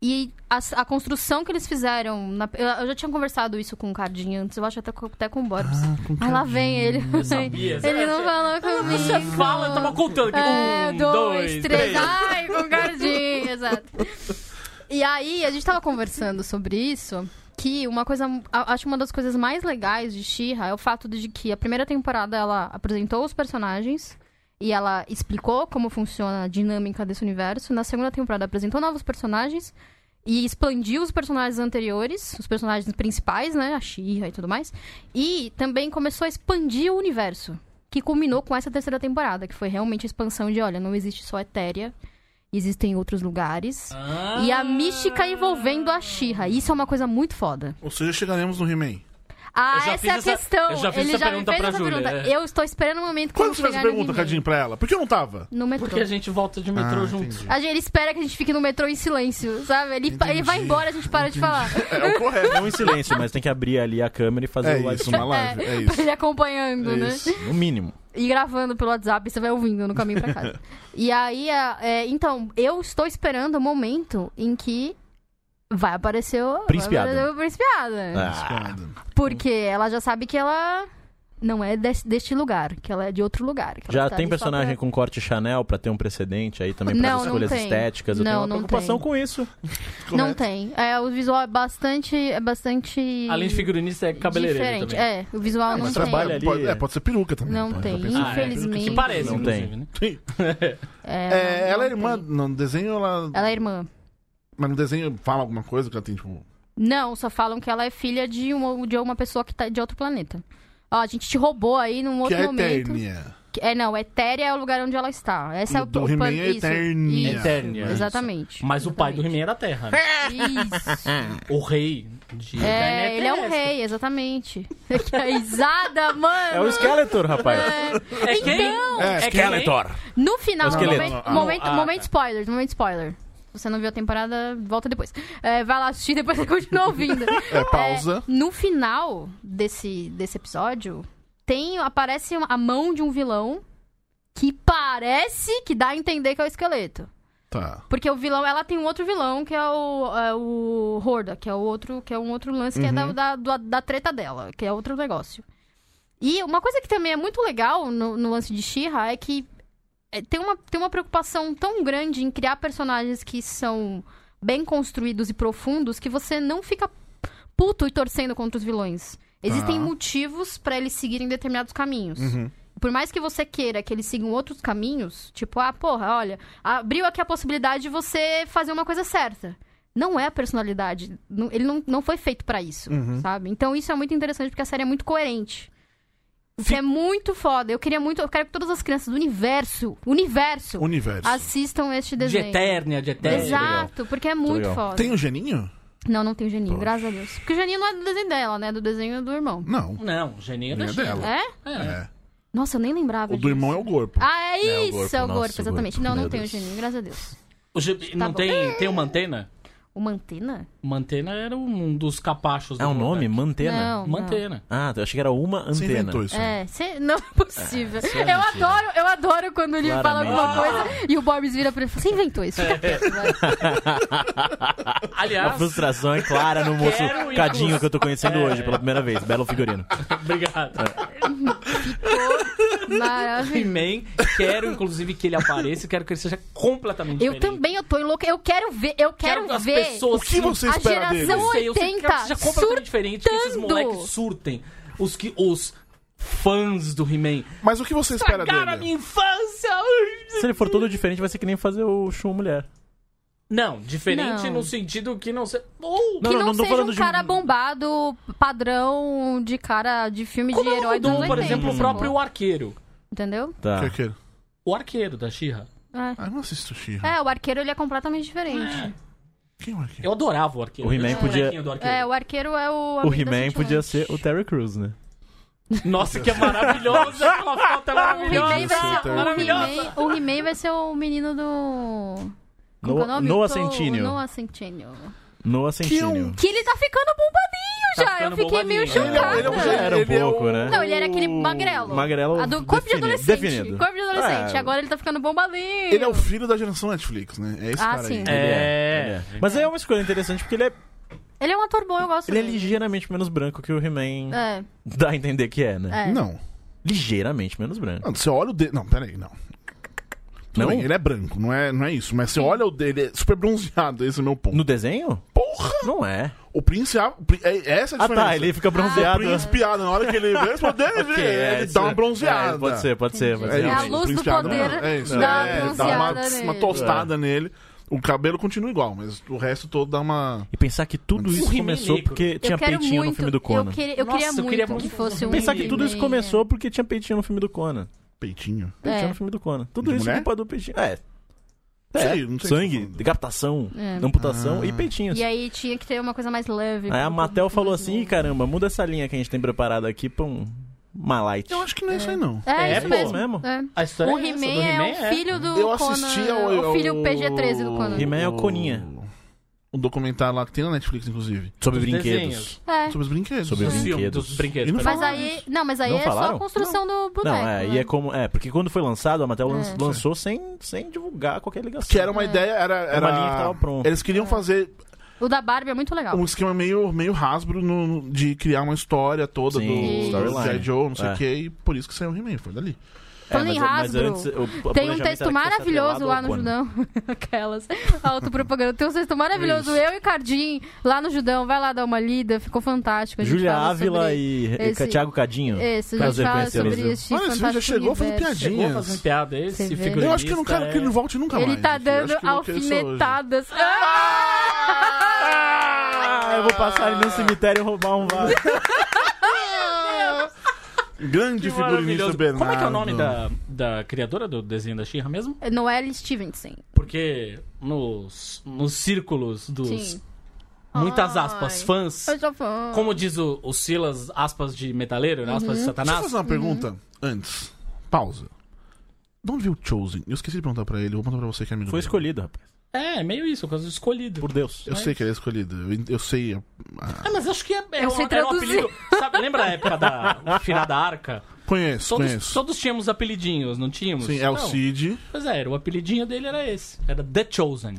E a, a construção que eles fizeram. na- eu, eu já tinha conversado isso com o Cardinho antes, eu acho até, com- até Ah, com o Borbs. Aí lá vem ele. sabia, [laughs] ele não falou comigo. Você Hum, fala, eu tava contando aqui. É, um, dois, três. Ai, com cardinho, [laughs] exato. E aí, a gente tava conversando sobre isso. Que uma coisa. a- Acho uma das coisas mais legais de She-Ra é o fato de que a primeira temporada ela apresentou os personagens. E ela explicou como funciona a dinâmica desse universo. Na segunda temporada apresentou novos personagens. E expandiu os personagens anteriores, os personagens principais, né? A She-Ra e tudo mais. E também começou a expandir o universo. Que culminou com essa terceira temporada, que foi realmente a expansão de: olha, não existe só Etéria, existem outros lugares. Ah. E a mística envolvendo a Xirra. Isso é uma coisa muito foda. Ou seja, chegaremos no He-Man. Ah, Eu já essa fiz é a essa- questão. eu já fiz Ele essa já pergunta me fez pra essa Júlia, pergunta. é. Eu estou esperando o momento Quando quando você fez chegar a no pergunta, He-Man. Cadinho, pra ela? Por que eu não tava? No metrô. Porque a gente volta de metrô Ah, juntos. entendi. A gente- Ele espera que a gente fique no metrô em silêncio, sabe? Ele, ele vai Entendi. embora, a gente para de falar. É o correto. Não em silêncio, mas tem que abrir ali a câmera e fazer É o live isso, stream. uma live. [laughs] É pra isso. [laughs] ele acompanhando, É né? isso. No mínimo. e gravando pelo WhatsApp, você vai ouvindo no caminho pra casa. e aí, a- é, então, eu estou esperando o momento em que vai aparecer o Príncipe vai aparecer Adam. o Príncipe Adam. Ah, Porque ela já sabe que ela não é des- deste lugar, que ela é de outro lugar. que ela já tá tem ali só personagem pra- com corte Chanel pra ter um precedente aí também Não, para não escolhas tem. estéticas. Eu Não, tenho uma não preocupação tem. com isso. Não tem. É, o visual é bastante. É bastante. Além de figurinista, é cabeleireiro Diferente. também. É, o visual não, Mas tem. trabalha ali. Pode, é, pode ser peruca também. Não tem, Ah, é. infelizmente. Que parece, Não inclusive, tem. né? Tem. É, não- É, ela é não irmã. tem. No desenho ela. Ela é irmã. Mas no desenho fala alguma coisa que ela tem, tipo. Não, só falam que ela é filha de uma, de uma pessoa que tá de outro planeta. Ó, a gente te roubou aí num que outro é momento. Eternia. Que- É, não, Etéria é o lugar onde ela está. Essa é o Do o He-Man pan- é isso, Eternia. isso, Eternia, isso. Exatamente. Mas o pai do He-Man é da Terra. né? Isso. O rei de É, ele é um terrestre. rei, exatamente. [laughs] que a risada, mano! É o Skeletor, rapaz. É. É quem? Então, É, É Skeletor. no final, É o esqueleto. momento, Ah, momento, ah, momento tá. spoiler, momento spoiler. Se você não viu a temporada, volta depois. É, vai lá assistir, depois você continua ouvindo. É, pausa. É, no final desse, desse episódio, tem, aparece uma- a mão de um vilão que parece que dá a entender que é o esqueleto. Tá. Porque o vilão, ela tem um outro vilão que é o, é o Horda, que é o outro, que é um outro lance que é da, da, da, da treta dela, que é outro negócio. E uma coisa que também é muito legal no, no lance de She-Ra é que é, tem, uma, tem uma preocupação tão grande em criar personagens que são bem construídos e profundos que você não fica puto e torcendo contra os vilões. Existem Tá. motivos pra eles seguirem determinados caminhos. Uhum. Por mais que você queira que eles sigam outros caminhos, tipo, ah, porra, olha, abriu aqui a possibilidade de você fazer uma coisa certa. não é a personalidade. Não- ele não, não foi feito pra isso, Uhum. sabe? Então isso é muito interessante porque a série é muito coerente. O que é muito foda. Eu queria muito. Eu quero que todas as crianças do universo, universo, Universo. assistam este De desenho. Eternia, de Eternia. Exato, porque é muito né? legal. foda. Tem o geninho? Não, não tem Geninho, graças a Deus. Porque o Geninho não é do desenho dela, né? É do desenho do irmão. Não. Não, Geninho Não da é China. dela. É? É. É. Nossa, eu nem lembrava. O do disso. irmão é o corpo. É, Ah, é o isso, corpo, é o nossa, corpo, o exatamente. corpo, Não, não meu tem o Deus. Geninho, graças a Deus. O Gibi- Tá não bom. tem, tem uma antena? O Mantena? Uma antena era um dos capachos. É um do nome? Montec. Mantena? Não. Mantena. Ah, eu achei que era uma Você antena. inventou isso. né? É, cê- não é possível. isso é eu mentira. adoro, eu adoro quando ele fala Claramente. alguma coisa e o Borbs vira pra ele e fala, você inventou isso, fica [laughs] quieto, vai." A Aliás, frustração é clara no moço Quero ir cadinho nos- que eu tô conhecendo É. hoje pela primeira vez. Belo figurino. [laughs] obrigado. É. [laughs] Maravilhoso. He-Man, quero inclusive que ele apareça e quero que ele seja completamente Eu diferente. também, eu tô louca. Eu quero ver, eu quero, que as ver. pessoas O que se você a espera dele? geração- sei, eu sei que 80, quero que seja completamente surtando. diferente, que esses moleques surtem. Os que os fãs do He-Man Mas o que você espera Estragaram a dele? minha infância. Se ele for todo diferente, vai ser que nem fazer o show mulher. Não, diferente Não. no sentido que não se... Ou Não, que não, não, não tô seja falando um de um- cara bombado, padrão de cara de filme como de herói mudou, dos por 80, exemplo, o sacou? próprio arqueiro. Entendeu? Tá. Que, que... O arqueiro da Xirra. É. Ah, eu não assisto Xirra. É, o arqueiro ele é completamente diferente. Quem é o arqueiro? Eu adorava o arqueiro. O He-Man Eu tinha um podia- bonequinho do arqueiro. É, o arqueiro é o. O amigo da He-Man Sutherland. podia ser o Terry Crews, né? Nossa, que é maravilhosa! Aquela foto é O He-Man maravilhosa! vai ser- Sutherland. o Maravilhosa! He-Man- O He-Man vai ser o menino do. Como que é o nome? Noah O- Centineo. Noah Centineo. Noah Centineo. Que ele tá ficando bombadinho Tá já. ficando eu fiquei meio bombadinho. chocada. Ele é um- Já era um ele é pouco, né? Não, ele era aquele magrelo. Magrelo A do corpo de definido- adolescente. definido. Corpo de adolescente. É. um Agora ele tá ficando bombadinho. Ele é o filho da geração Netflix, né? É esse Ah, cara sim. aí. É. Ele é. Mas aí é uma escolha interessante porque ele é, Ele é um ator bom, eu gosto ele é dele. ligeiramente menos branco que o He-Man É, dá a entender que é, né? é. Não. Ligeiramente menos branco. Não, Você olha o dele. Não, peraí, não. Ah, Tudo Não? bem, ele é branco, não é, não é isso. Mas você olha o dele, é super bronzeado, esse é o meu ponto. No desenho? Porra! Não é. O príncipe. a- o pri- é- é Essa é a Ah diferença. tá, ele fica O bronzeado. príncipe Adam, na hora que ele vê, ele, Ok, é, ele isso dá é- uma bronzeada. é, pode ser, pode ser. Pode É, ser. a isso, luz o do príncipe Adam, poder é isso, dá uma é, bronzeada uma, nele. uma É. tostada nele. O cabelo continua igual, mas o resto todo dá uma. E pensar que tudo O isso He-Man começou negro. porque Eu tinha quero peitinho muito, no filme do Eu Conan. queria, eu Nossa, queria eu muito queria que muito fosse um. Pensar que tudo isso He-Man. começou porque tinha peitinho no filme do Conan. Peitinho. Peitinho É. no filme do Conan. Tudo De isso mulher? culpa do peitinho. É. Não É, sei, não sei o que sangue, tá falando. decapitação, É. amputação Ah. e peitinhos. E aí tinha que ter uma coisa mais leve. Aí É, a pro Matel público falou mais assim: novo. Ih, caramba, muda essa linha que a gente tem preparado aqui pra um uma light. Eu acho que não é isso aí, não. É, É, isso pô, mesmo. mesmo. É. A história O é essa, do He-Man é o filho do Eu Conan. assisti ao. o ao- filho PG-13 do Conan. He-Man é o Coninha. O documentário lá que tem na Netflix, inclusive. Sobre Dos brinquedos. desenhos. É. Sobre os brinquedos. Sobre Dos os- né? filmes, brinquedos. dos brinquedos. E não peraí. Mas aí. Não, mas aí Não é só falaram? a construção do boneco. Não, é, né? e é como. É, porque quando foi lançado, a Matel lan- É. lançou sem, sem divulgar qualquer ligação. Que era uma ideia, era. era É linha que tava pronta. Eles queriam fazer O da Barbie é muito legal. um esquema meio, meio rasbro no- no- de criar uma história toda Sim, do, do storyline. G.I. Joe, não sei o É. que, e por isso que saiu o He-Man, foi dali. É, Falando em mas- mas Hasbro, antes, o- o Tem um planejamento texto era que fosse maravilhoso atrelado lá ao no Conan. Judão. [laughs] Aquelas. Autopropaganda. Tem um texto maravilhoso. Eu e Cardim, lá no Judão. Vai lá dar uma lida. Ficou fantástico. A gente Júlia fala Ávila sobre e esse- e Thiago Cadinho. Isso, a gente Prazer fala conhecê-los, sobre viu? isso. Olha, esse já chegou fazendo piadinha. Chegou fazendo um piada esse Você vê? figurinista. Eu acho que eu não quero que é. ele volte nunca mais. Ele tá gente. Eu dando acho que eu vou ter isso [laughs] hoje. alfinetadas. Ah, eu vou passar ali no cemitério e roubar um vaso. Grande figurinista Maravilhoso. Bernardo. Como é que é o nome da, da criadora do desenho da Xirra mesmo? Ah! Noelle Stevenson. Porque nos, nos círculos dos. Sim. Muitas aspas, Ai. fãs. Eu sou fã. Como diz o, o Silas, aspas de metaleiro, né? Uhum. aspas de Deixa eu satanás. fazer uma pergunta Hum. antes. Pausa. De onde viu o Chosen? Eu esqueci de perguntar pra ele, eu vou perguntar pra você que é [laughs] amigo Foi dele. escolhido, rapaz. É, meio isso, por causa do escolhido. Por Deus. Eu sei que ele é escolhido, eu, eu sei. Ah, mas acho que é, é Eu um, sei era um traduzir. apelido. Sabe, lembra a época [laughs] da Finada Arca? Conheço, Todos, conheço. todos tínhamos apelidinhos, não tínhamos? Sim, é o Não. Cid. Pois é, era, o apelidinho dele era esse. Era The Chosen.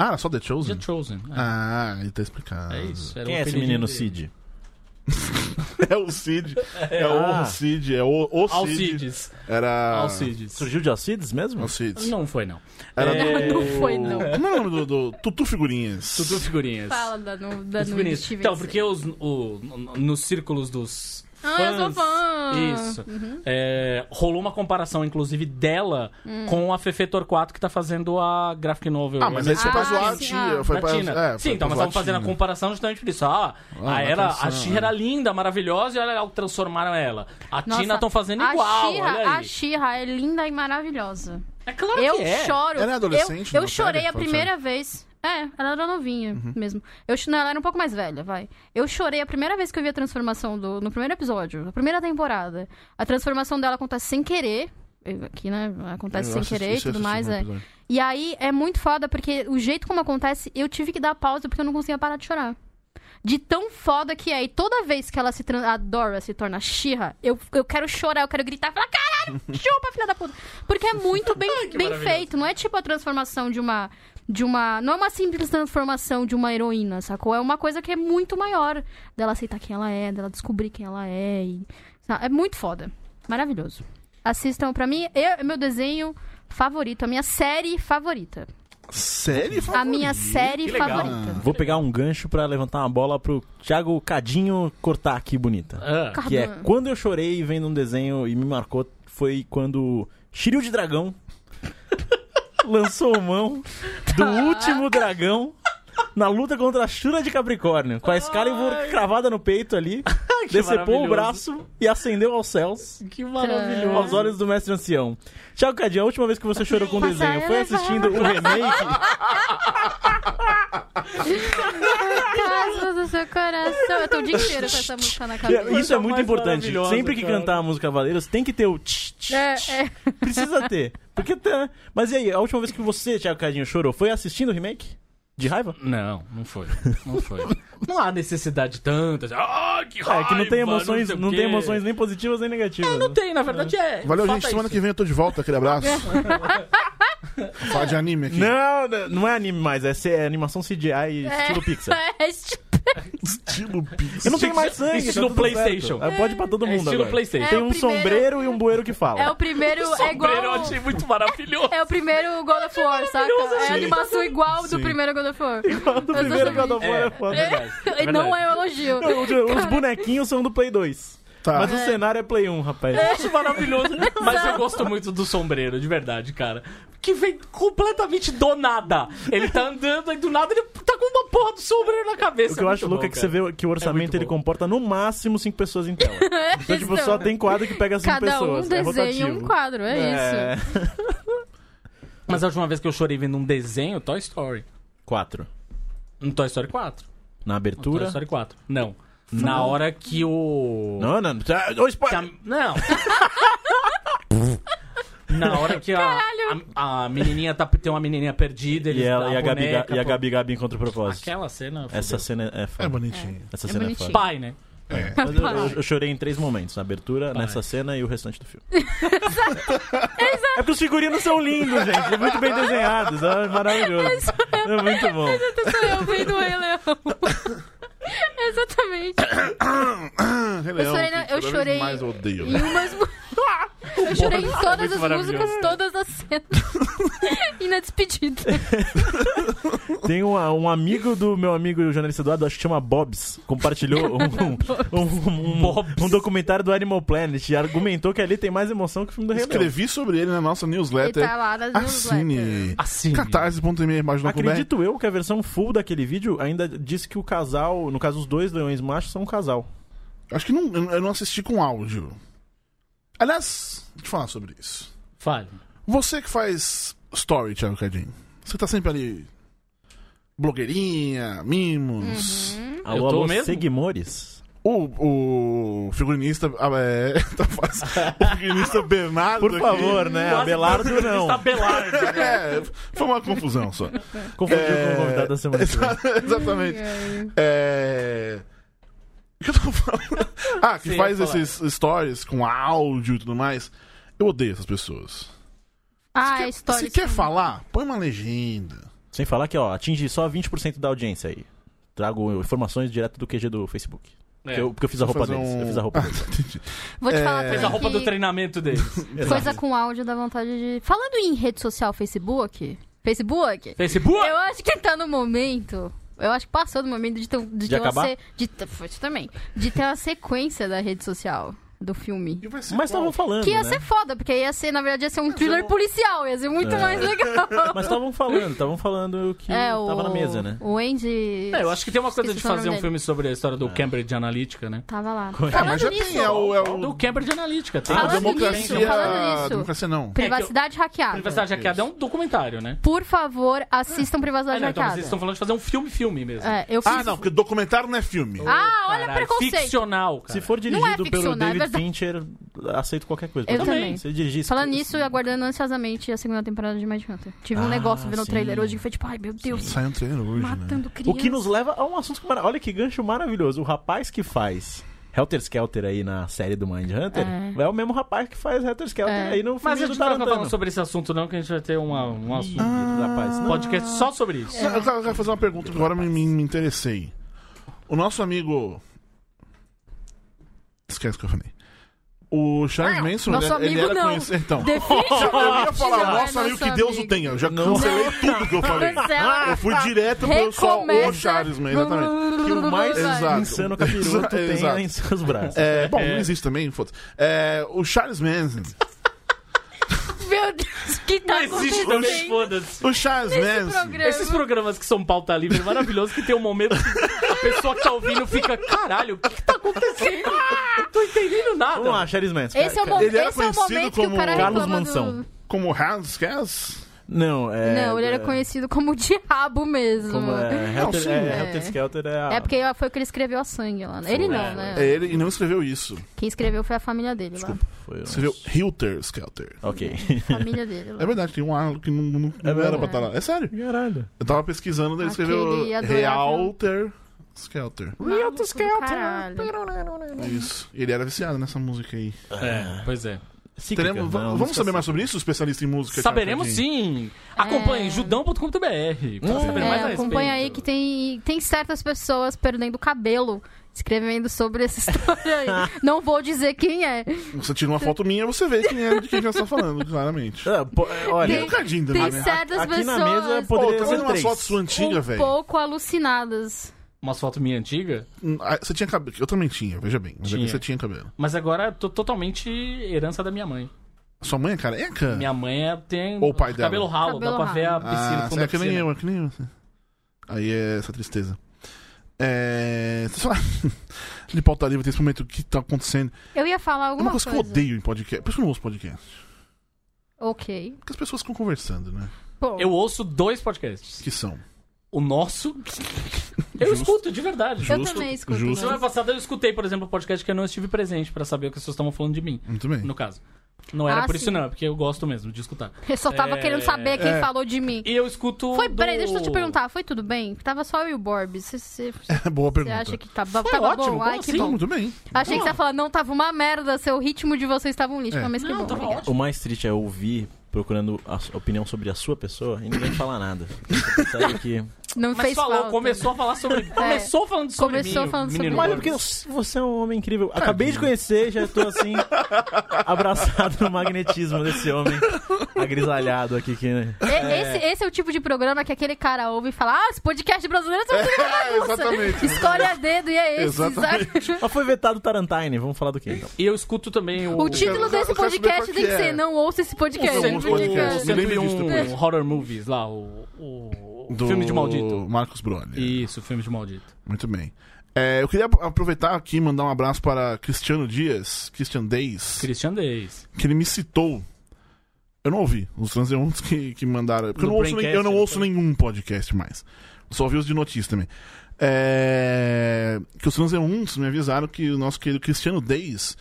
Ah, era só The Chosen? The Chosen. é. Ah, ele tá explicado. É isso. era Quem o é esse apelidinho menino dele. Cid? [laughs] É o Cid. É Ah. o Cid, é o, o Cid. Ah. Alcides. Era. Alcides. Surgiu de Alcides mesmo? Alcides. Não foi, não. Era É, do... Não foi, não. Como é o nome do, do- Tutu Figurinhas? Tudo figurinhas. Fala da, no, da Tudo Noelle figurinhas. Stevenson. Então, porque os, o, no- nos círculos dos Ah, eu sou fã! Isso. Uhum. É, rolou uma comparação, inclusive, dela Hum. com a Fefe Torquato, que tá fazendo a graphic novel. Ah, mas aí você Ah, faz zoar a sim, tia. ah. Foi da pra, Tina. é, Sim, foi então pra nós zoar estamos fazendo a Tina. comparação justamente por isso. Ah, Ah, a, era, atenção, né? a Xirra era linda, maravilhosa, e olha lá, transformaram ela. A Nossa, Tina estão fazendo a igual, She-Ra- olha A aí. Shira é linda e maravilhosa. É claro eu que é. choro. Ela é adolescente Eu, eu na chorei série? a primeira vez. É, ela era novinha Uhum. mesmo. Eu, cho- não, ela era um pouco mais velha, vai. Eu chorei a primeira vez que eu vi a transformação do. No primeiro episódio, na primeira temporada. A transformação dela acontece sem querer. Eu- Aqui, né? Acontece Eu sem assisti- querer e assisti tudo esse mais, segundo é. episódio. E aí é muito foda, porque o jeito como acontece, eu tive que dar pausa porque eu não conseguia parar de chorar. De tão foda que é. E toda vez que ela se tran- a Dora se torna Xirra, eu, eu quero chorar, eu quero gritar e falar, caralho, chupa, filha da puta. [laughs] Porque é muito bem, bem maravilhoso. feito. Não é tipo a transformação de uma. De uma. Não é uma simples transformação de uma heroína, sacou? É uma coisa que é muito maior. Dela aceitar quem ela é, dela descobrir quem ela é. e- sa- É muito foda. Maravilhoso. Assistam pra mim, é meu desenho favorito, a minha série favorita. Série A minha série que legal. favorita. Vou pegar um gancho pra levantar uma bola pro Thiago Cadinho cortar aqui bonita. Ah, Cardan. Que é quando eu chorei vendo um desenho e me marcou foi quando Shiryu de Dragão [laughs] lançou mão do último dragão na luta contra a Shura de Capricórnio, com a Excalibur cravada no peito [laughs] ali, decepou o maravilhoso. braço e ascendeu aos céus. que maravilhoso. Aos olhos do mestre ancião. Thiago Cadinho, a última vez que você chorou com um Passar desenho ela é foi vai. assistindo o [laughs] remake? Casas do seu coração. Eu tô [laughs] o dia inteiro com essa música na cabeça. Isso é muito mais importante. maravilhosa, Sempre que cara. cantar a música Cavaleiros, tem que ter o tch, tch, É, tch. é. Precisa ter. Porque tá... Mas e aí, a última vez que você, Thiago Cadinho, chorou foi assistindo o remake? De raiva? Não, não foi. Não foi. [laughs] não há necessidade tanta. assim, Ah, que É, raiva, que não tem emoções, sei o não tem quê." emoções nem positivas nem negativas. Não né? tem, na verdade é. Valeu, Fato gente. é Semana isso. que vem eu tô de volta. Aquele [laughs] abraço. Falar de anime aqui. Não, não, não é anime mais, é, C- é animação CGI e estilo [laughs] Pixar. É, esti- Estilo Pix. Eu não tenho mais sangue. Estilo tá tudo certo. PlayStation. Ah, Pode ir pra todo É mundo estilo agora. PlayStation. Tem É o um primeiro- sombreiro e um bueiro que fala. é o primeiro. É Sombreiro, eu igual. achei muito maravilhoso. [laughs] É o primeiro God of War, saca? É a animação igual do Sim. primeiro God of War. Do primeiro God of War é, foda. E Não é um elogio. Não, os- Os bonequinhos são do Play 2. Tá. Mas o cenário é Play 1, rapaz. acho maravilhoso. [laughs] Mas eu gosto muito do sombreiro, de verdade, cara. Que vem completamente do nada. Ele tá andando e do nada ele tá com uma porra do sombreiro na cabeça. O que eu acho louco é que você vê que o orçamento muito ele bom. comporta no máximo 5 pessoas em [laughs] tela. Então, tipo, Então, só tem quadro que pega 5 Cada um pessoas. é desenha rotativo. um quadro, é, [laughs] isso. Mas a última vez que eu chorei vendo um desenho, Toy Story. 4. Um Toy Story 4. Na Toy abertura. Story 4. Não. Na hora que o. Não, não. tá- Ô, Que a- spoiler! Não. [laughs] Na hora que a, a, a menininha tá, tem uma menininha perdida, E, eles ela, dão e, a Gabi, boneca, Ga- e a pô. Gabi Gabi encontra o propósito. Aquela cena. Essa Essa cena é É foda. bonitinho. Essa cena é bonitinho. foda. Pai, né? Mas é eu, eu- eu chorei em três momentos: na abertura, Pai. nessa cena e o restante do filme. É porque os figurinos são lindos, gente. É Muito bem desenhados. É maravilhoso. É muito bom. Sou eu vendo o Rei Leão. [laughs] Exatamente. Ah, Eu chorei, na- eu chorei Mais eu odeio. em um umas. mu- eu chorei em todas muito as maravilhoso. músicas, todas as cenas. [laughs] e na despedida. Tem um, um amigo do meu amigo jornalista Eduardo, acho que chama Bobs, compartilhou um, um, um- um- Bobs. um documentário do Animal Planet e argumentou que ali tem mais emoção que o filme do Rei Leão. [laughs] Escrevi sobre ele na nossa E newsletter. tá lá nas newsletters. Assine. Assim. Catarse.me, é? imagem Acredito eu que a versão full daquele vídeo ainda diz que o casal, no caso os dois leões machos, são um casal. Acho que não, eu eu não assisti com áudio. Aliás, deixa eu falar sobre isso. Fale. Você que faz story, Thiago Cadinho, você tá sempre ali. Blogueirinha, mimos. Alô, Hum. Eu tô alô, mesmo? Seguimores. O, o figurinista. ah, é, [laughs] tá fazendo- o figurinista Bernardo. Por aqui. favor, né? Quase [laughs] Abelardo não. Está Belardo. É, foi uma confusão só. Confundiu É, com o convidado da semana que vem. Exatamente. É. O que eu tô falando? Ah, que Sim, faz eu ia falar. esses stories com áudio e tudo mais. Eu odeio essas pessoas. Ah, é Se história. quer falar, põe uma legenda. Sem falar que, ó, atinge só 20% da audiência aí. Trago informações direto do QG do Facebook. [laughs] Porque É. eu, porque eu fiz a roupa fazer deles. um- Eu fiz a roupa [laughs] deles. Entendi. Vou te falar É. Fez a roupa do também [laughs] treinamento deles. que coisa com áudio dá vontade de... Falando em rede social, Facebook... Facebook... Facebook? Eu acho que tá no momento Eu acho que passou do momento de ter, um- de De ter uma acabar? se- de ter- foi isso também. De ter uma sequência da rede social do filme. E vai ser Mas qual? estavam falando, Que ia né? ser foda, porque ia ser, na verdade, ia ser um thriller eu- policial, ia ser muito É. mais legal. Mas estavam falando, estavam falando que tava na mesa, né? É, O Andy. É, eu acho que tem uma coisa Esqueci de o nome fazer um dele. É. filme sobre a história do Cambridge Analytica, né? Tava lá. Qual é? Ah, Falando mas já nisso, tem, é o... É o... Do Cambridge Analytica. Tem a Falando um filme que democracia... nisso, tem- falando nisso. Democracia não. privacidade hackeada. Privacidade Hackeada é um documentário, né? Por favor, assistam É, Ah, Privacidade não, então Hackeada. vocês estão falando de fazer um filme-filme mesmo. É, eu fiz... Ah, não, porque documentário não é filme. Ah, olha o Caralho, preconceito. Ficcional, cara. Se for é dirigido pelo ficcional, é David verdade. Fincher, aceito qualquer coisa. Eu Pode- também. Se ele dirigir, Falando nisso e aguardando ansiosamente a segunda temporada de Mindhunter. Tive um Ah, negócio vendo o sim. trailer hoje que foi tipo, ai meu Deus, Saiu um trailer hoje, né? matando criança. O que nos leva a um assunto que... mara- Olha que gancho maravilhoso. O rapaz que faz... Helter Skelter aí na série do Mindhunter é, é o mesmo rapaz que faz Helter Skelter É. aí no filme Mas a do gente não vai ficar Tarantino. Ah. falando sobre esse assunto, não, que a gente vai ter uma, um assunto. rapaz. Um podcast só sobre É. isso. Eu quero eu quero fazer uma pergunta que agora me, me- me interessei. O nosso amigo. Esquece o que eu falei. O Charles Ah, Manson, nosso ele, ele amigo era não. conhecido. Então, [laughs] eu ia Definitivamente falar, não é nosso amigo, que nosso Deus o amigo. tenha. Eu já cancelei [laughs] tudo que eu falei. Cancela. Eu fui direto pro só o Charles Manson, exatamente. Uhum. Que o mais Exato. insano capiroto Exato. tem em seus braços. É, bom, não existe também, foda-se. É, o Charles Manson. Meu Deus, o que tá Não existe também, acontecendo? foda-se. O Charles Esse Manson. programa. Esses programas que são pauta livre é maravilhoso, que tem um momento que a pessoa que tá ouvindo fica, caralho, o que, que tá [laughs] acontecendo? Ah! Não tô entendendo Vamos nada. lá, Charles Manson. Esse é o, mo- Ele era esse é o conhecido momento que o como cara Carlos reclama do- Mansão. Como Hans Cass? Não, é... Não, ele era é- conhecido como o Diabo mesmo. Como é, Não, Helter, sim. é, É. Helter Skelter é a... É porque foi o que ele escreveu a sangue lá. né? Ele não, né? É ele e não escreveu isso. Quem escreveu foi a família dele lá. Foi um- Escreveu Hilter Skelter. [laughs] Ok. A família dele lá. É verdade, tem um ar que não, não- não É era verdade. pra estar lá. É sério. Caralho. Eu tava pesquisando, daí ele Aquele escreveu adorável- Realter Skelter. Maluco do né? caralho. Isso. Ele era viciado nessa música aí. É, pois é. Cíclica, Teremos- va- não, vamos música saber mais sobre isso, especialista em música? Thiago Saberemos Cardin? sim. Acompanhe É. judão.com.br. Hum, pra saber mais a É, acompanha aí respeito. que tem, tem certas pessoas perdendo cabelo escrevendo sobre essa [laughs] história aí. Não vou dizer quem é. Você tira uma foto minha, você vê quem é de quem já está [laughs] falando, claramente. assim. Ah, pô, é, olha, Tem o Cardinho Tem também, né? certas aqui pessoas na mesa Pô, poderia tá ser vendo umas três. fotos sua antiga, um velho? pouco alucinadas. Umas fotos minhas antigas, Hum, ah, Você tinha cabelo. Eu também tinha, veja bem. Mas é que Tinha. você tinha cabelo. mas agora tô totalmente herança da minha mãe. Sua mãe é careca? Minha mãe é- tem Ou o pai dela. cabelo ralo, Cabelo dá pra ver a piscina Ah, quando é que nem eu, é que nem eu. Aí é essa tristeza. É. Só... [laughs] De pauta livre, tem esse momento que tá acontecendo. Eu ia falar É uma alguma coisa coisa. que eu odeio em podcast. Por isso que eu não ouço podcast. Ok. Porque as pessoas ficam conversando, né? Bom, Eu ouço dois podcasts. Que são. O [laughs] nosso. Eu escuto, de verdade. eu justo, também escuto. justo. né? Semana passada eu escutei, por exemplo, o podcast que eu não estive presente pra saber o que as pessoas estavam falando de mim, Muito bem. no caso. Não era Ah, por isso, sim. não, é porque eu gosto mesmo de escutar. Eu só tava É, querendo saber quem é. falou de mim. E eu escuto. Foi, do... peraí, deixa eu te perguntar, foi tudo bem? Tava só eu e o Borbs. Você- Você você É [laughs] boa pergunta. acha que tava, Foi tava ótimo, bom? como Ai, que assim? bom. Muito bem. Achei que você ia falar, não, tava uma merda, seu ritmo de vocês tava um lixo, É. mas que bom. Não, tava obrigada. ótimo. O mais triste é ouvir procurando a su- opinião sobre a sua pessoa e ninguém falar nada. Você percebe [laughs] que... Não Mas fez falou, falta. É. começou a [laughs] falar sobre. Começou falando sobre Começou mim, falando sobre menino mim. Mas é Boris. porque você é um homem incrível. Acabei de conhecer, já tô assim, abraçado no magnetismo desse homem agrisalhado aqui. Que, né? E- Esse, esse é o tipo de programa que aquele cara ouve e fala: Ah, esse podcast brasileiro você não tem É, bagunça. exatamente. Escolhe a dedo e é esse. Exatamente. sabe? Mas foi vetado Tarantine, vamos falar do que então? E eu escuto também o. O é título eu quero desse saber podcast qual tem que que é. ser: Não ouça esse podcast. Não ouça esse podcast. Porque- Me lembro disso depois. 101 Horror Movies lá, o. o- o Do Filme de Maldito. Marcos Brolli. Isso, filme de maldito. Muito bem. É, eu queria ap- aproveitar aqui e mandar um abraço para Cristiano Dias, Christian Days, Christian Days. que ele me citou. Eu não ouvi os transeuntes que, que mandaram. Porque eu No não, ouço, nem- eu Braincast, não né? ouço nenhum podcast mais. Só ouvi os de notícias também. É, que os transeuntes me avisaram que o nosso querido Cristiano Days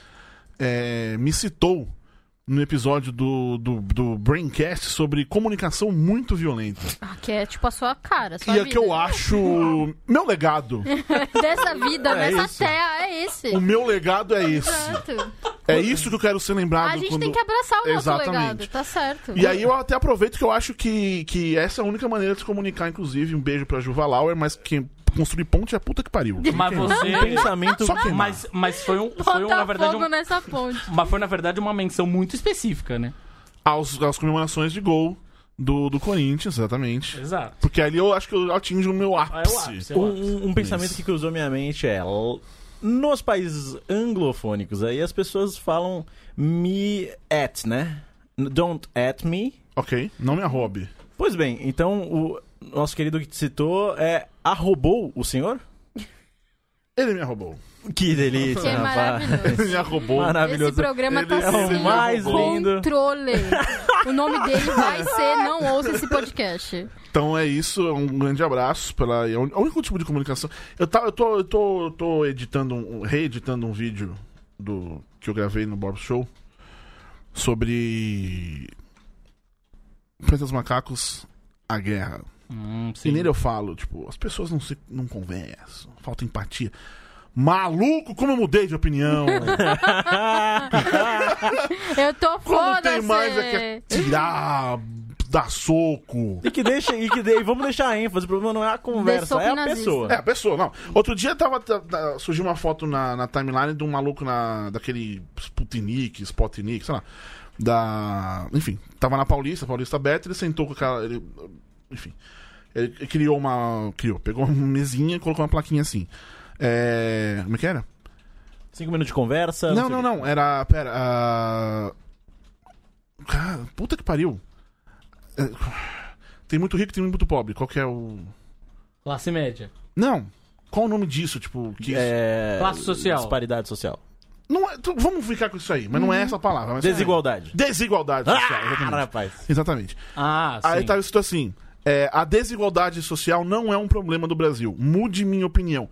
é, me citou no episódio do, do, do Braincast sobre comunicação muito violenta. Ah, que é tipo a sua cara. a Sua e é vida. que eu acho. Meu legado. Dessa vida, [laughs] É nessa isso. terra, é esse. O meu legado é esse. Exato. É isso que eu quero ser lembrado A gente Ah, quando... tem que abraçar o nosso Exatamente. legado, tá certo. E aí eu até aproveito que eu acho que, que essa é a única maneira de se comunicar, inclusive. Um beijo pra Juva Lauer, mas quem construir ponte é a puta que [laughs] pariu. Mas Um você. pensamento... Só queimar. Mas, mas foi, um, foi um, [laughs] Botar na verdade, fogo um, nessa ponte. mas foi, na verdade, uma menção muito específica, né? Aos, às comemorações de gol do, do Corinthians, exatamente. Exato. Porque ali eu acho que eu atinjo o meu É ápice. o ápice. é o Um, ápice. um- um pensamento que cruzou minha mente é. l- Nos países anglofônicos, aí as pessoas falam me at, né? Don't at me. Ok, não me arrobe. Pois bem, então o nosso querido que te citou é arrobou o senhor? Ele me arrobou. [laughs] Que delícia, Que é rapaz. maravilhoso. Ele me arrobou. Maravilhoso. Esse programa tá Ah, Ele é o sem mais lindo. controle. O nome dele vai ser Não Ouça Esse Podcast. Então é isso, um grande abraço pela. É o é o único tipo de comunicação. Eu, tá, eu, tô, eu tô, eu tô editando, um, reeditando um vídeo do que eu gravei no Bob Show sobre. Plantas Macacos, a guerra. Hum, E sim. nele eu falo, tipo, as pessoas não se não conversam, falta empatia. Maluco, como eu mudei de opinião! Eu tô Como tem mais é foda-se. que tirar, dar soco. [laughs] E que deixa, e que de, e vamos deixar a ênfase, o problema não é a conversa, é a nazista. pessoa. É, a pessoa, não. Outro dia tava, tá- tá- surgiu uma foto na, na timeline de um maluco na, daquele Sputnik, Spotnik, sei lá. Da. Enfim, tava na Paulista, Paulista aberta, ele sentou com aquela. Ele, enfim. Ele criou uma. Criou, pegou uma mesinha e colocou uma plaquinha assim. É. Como é que era? Cinco minutos de conversa. Não, sei não, o não. Era. Pera. ah, cara, puta que pariu. É, Tem muito rico, tem muito pobre. Qual que é o. Classe média. Não. Qual o nome disso? Tipo, quê. que. É... Classe social. Disparidade social. Não é- tu- vamos ficar com isso aí, mas Uhum. não é essa a palavra. mas- Desigualdade. Desigualdade social, Ah, exatamente. rapaz. Exatamente. Ah, sim. tá- Aí tava escrito assim: é, a desigualdade social não é um problema do Brasil. Mude minha opinião.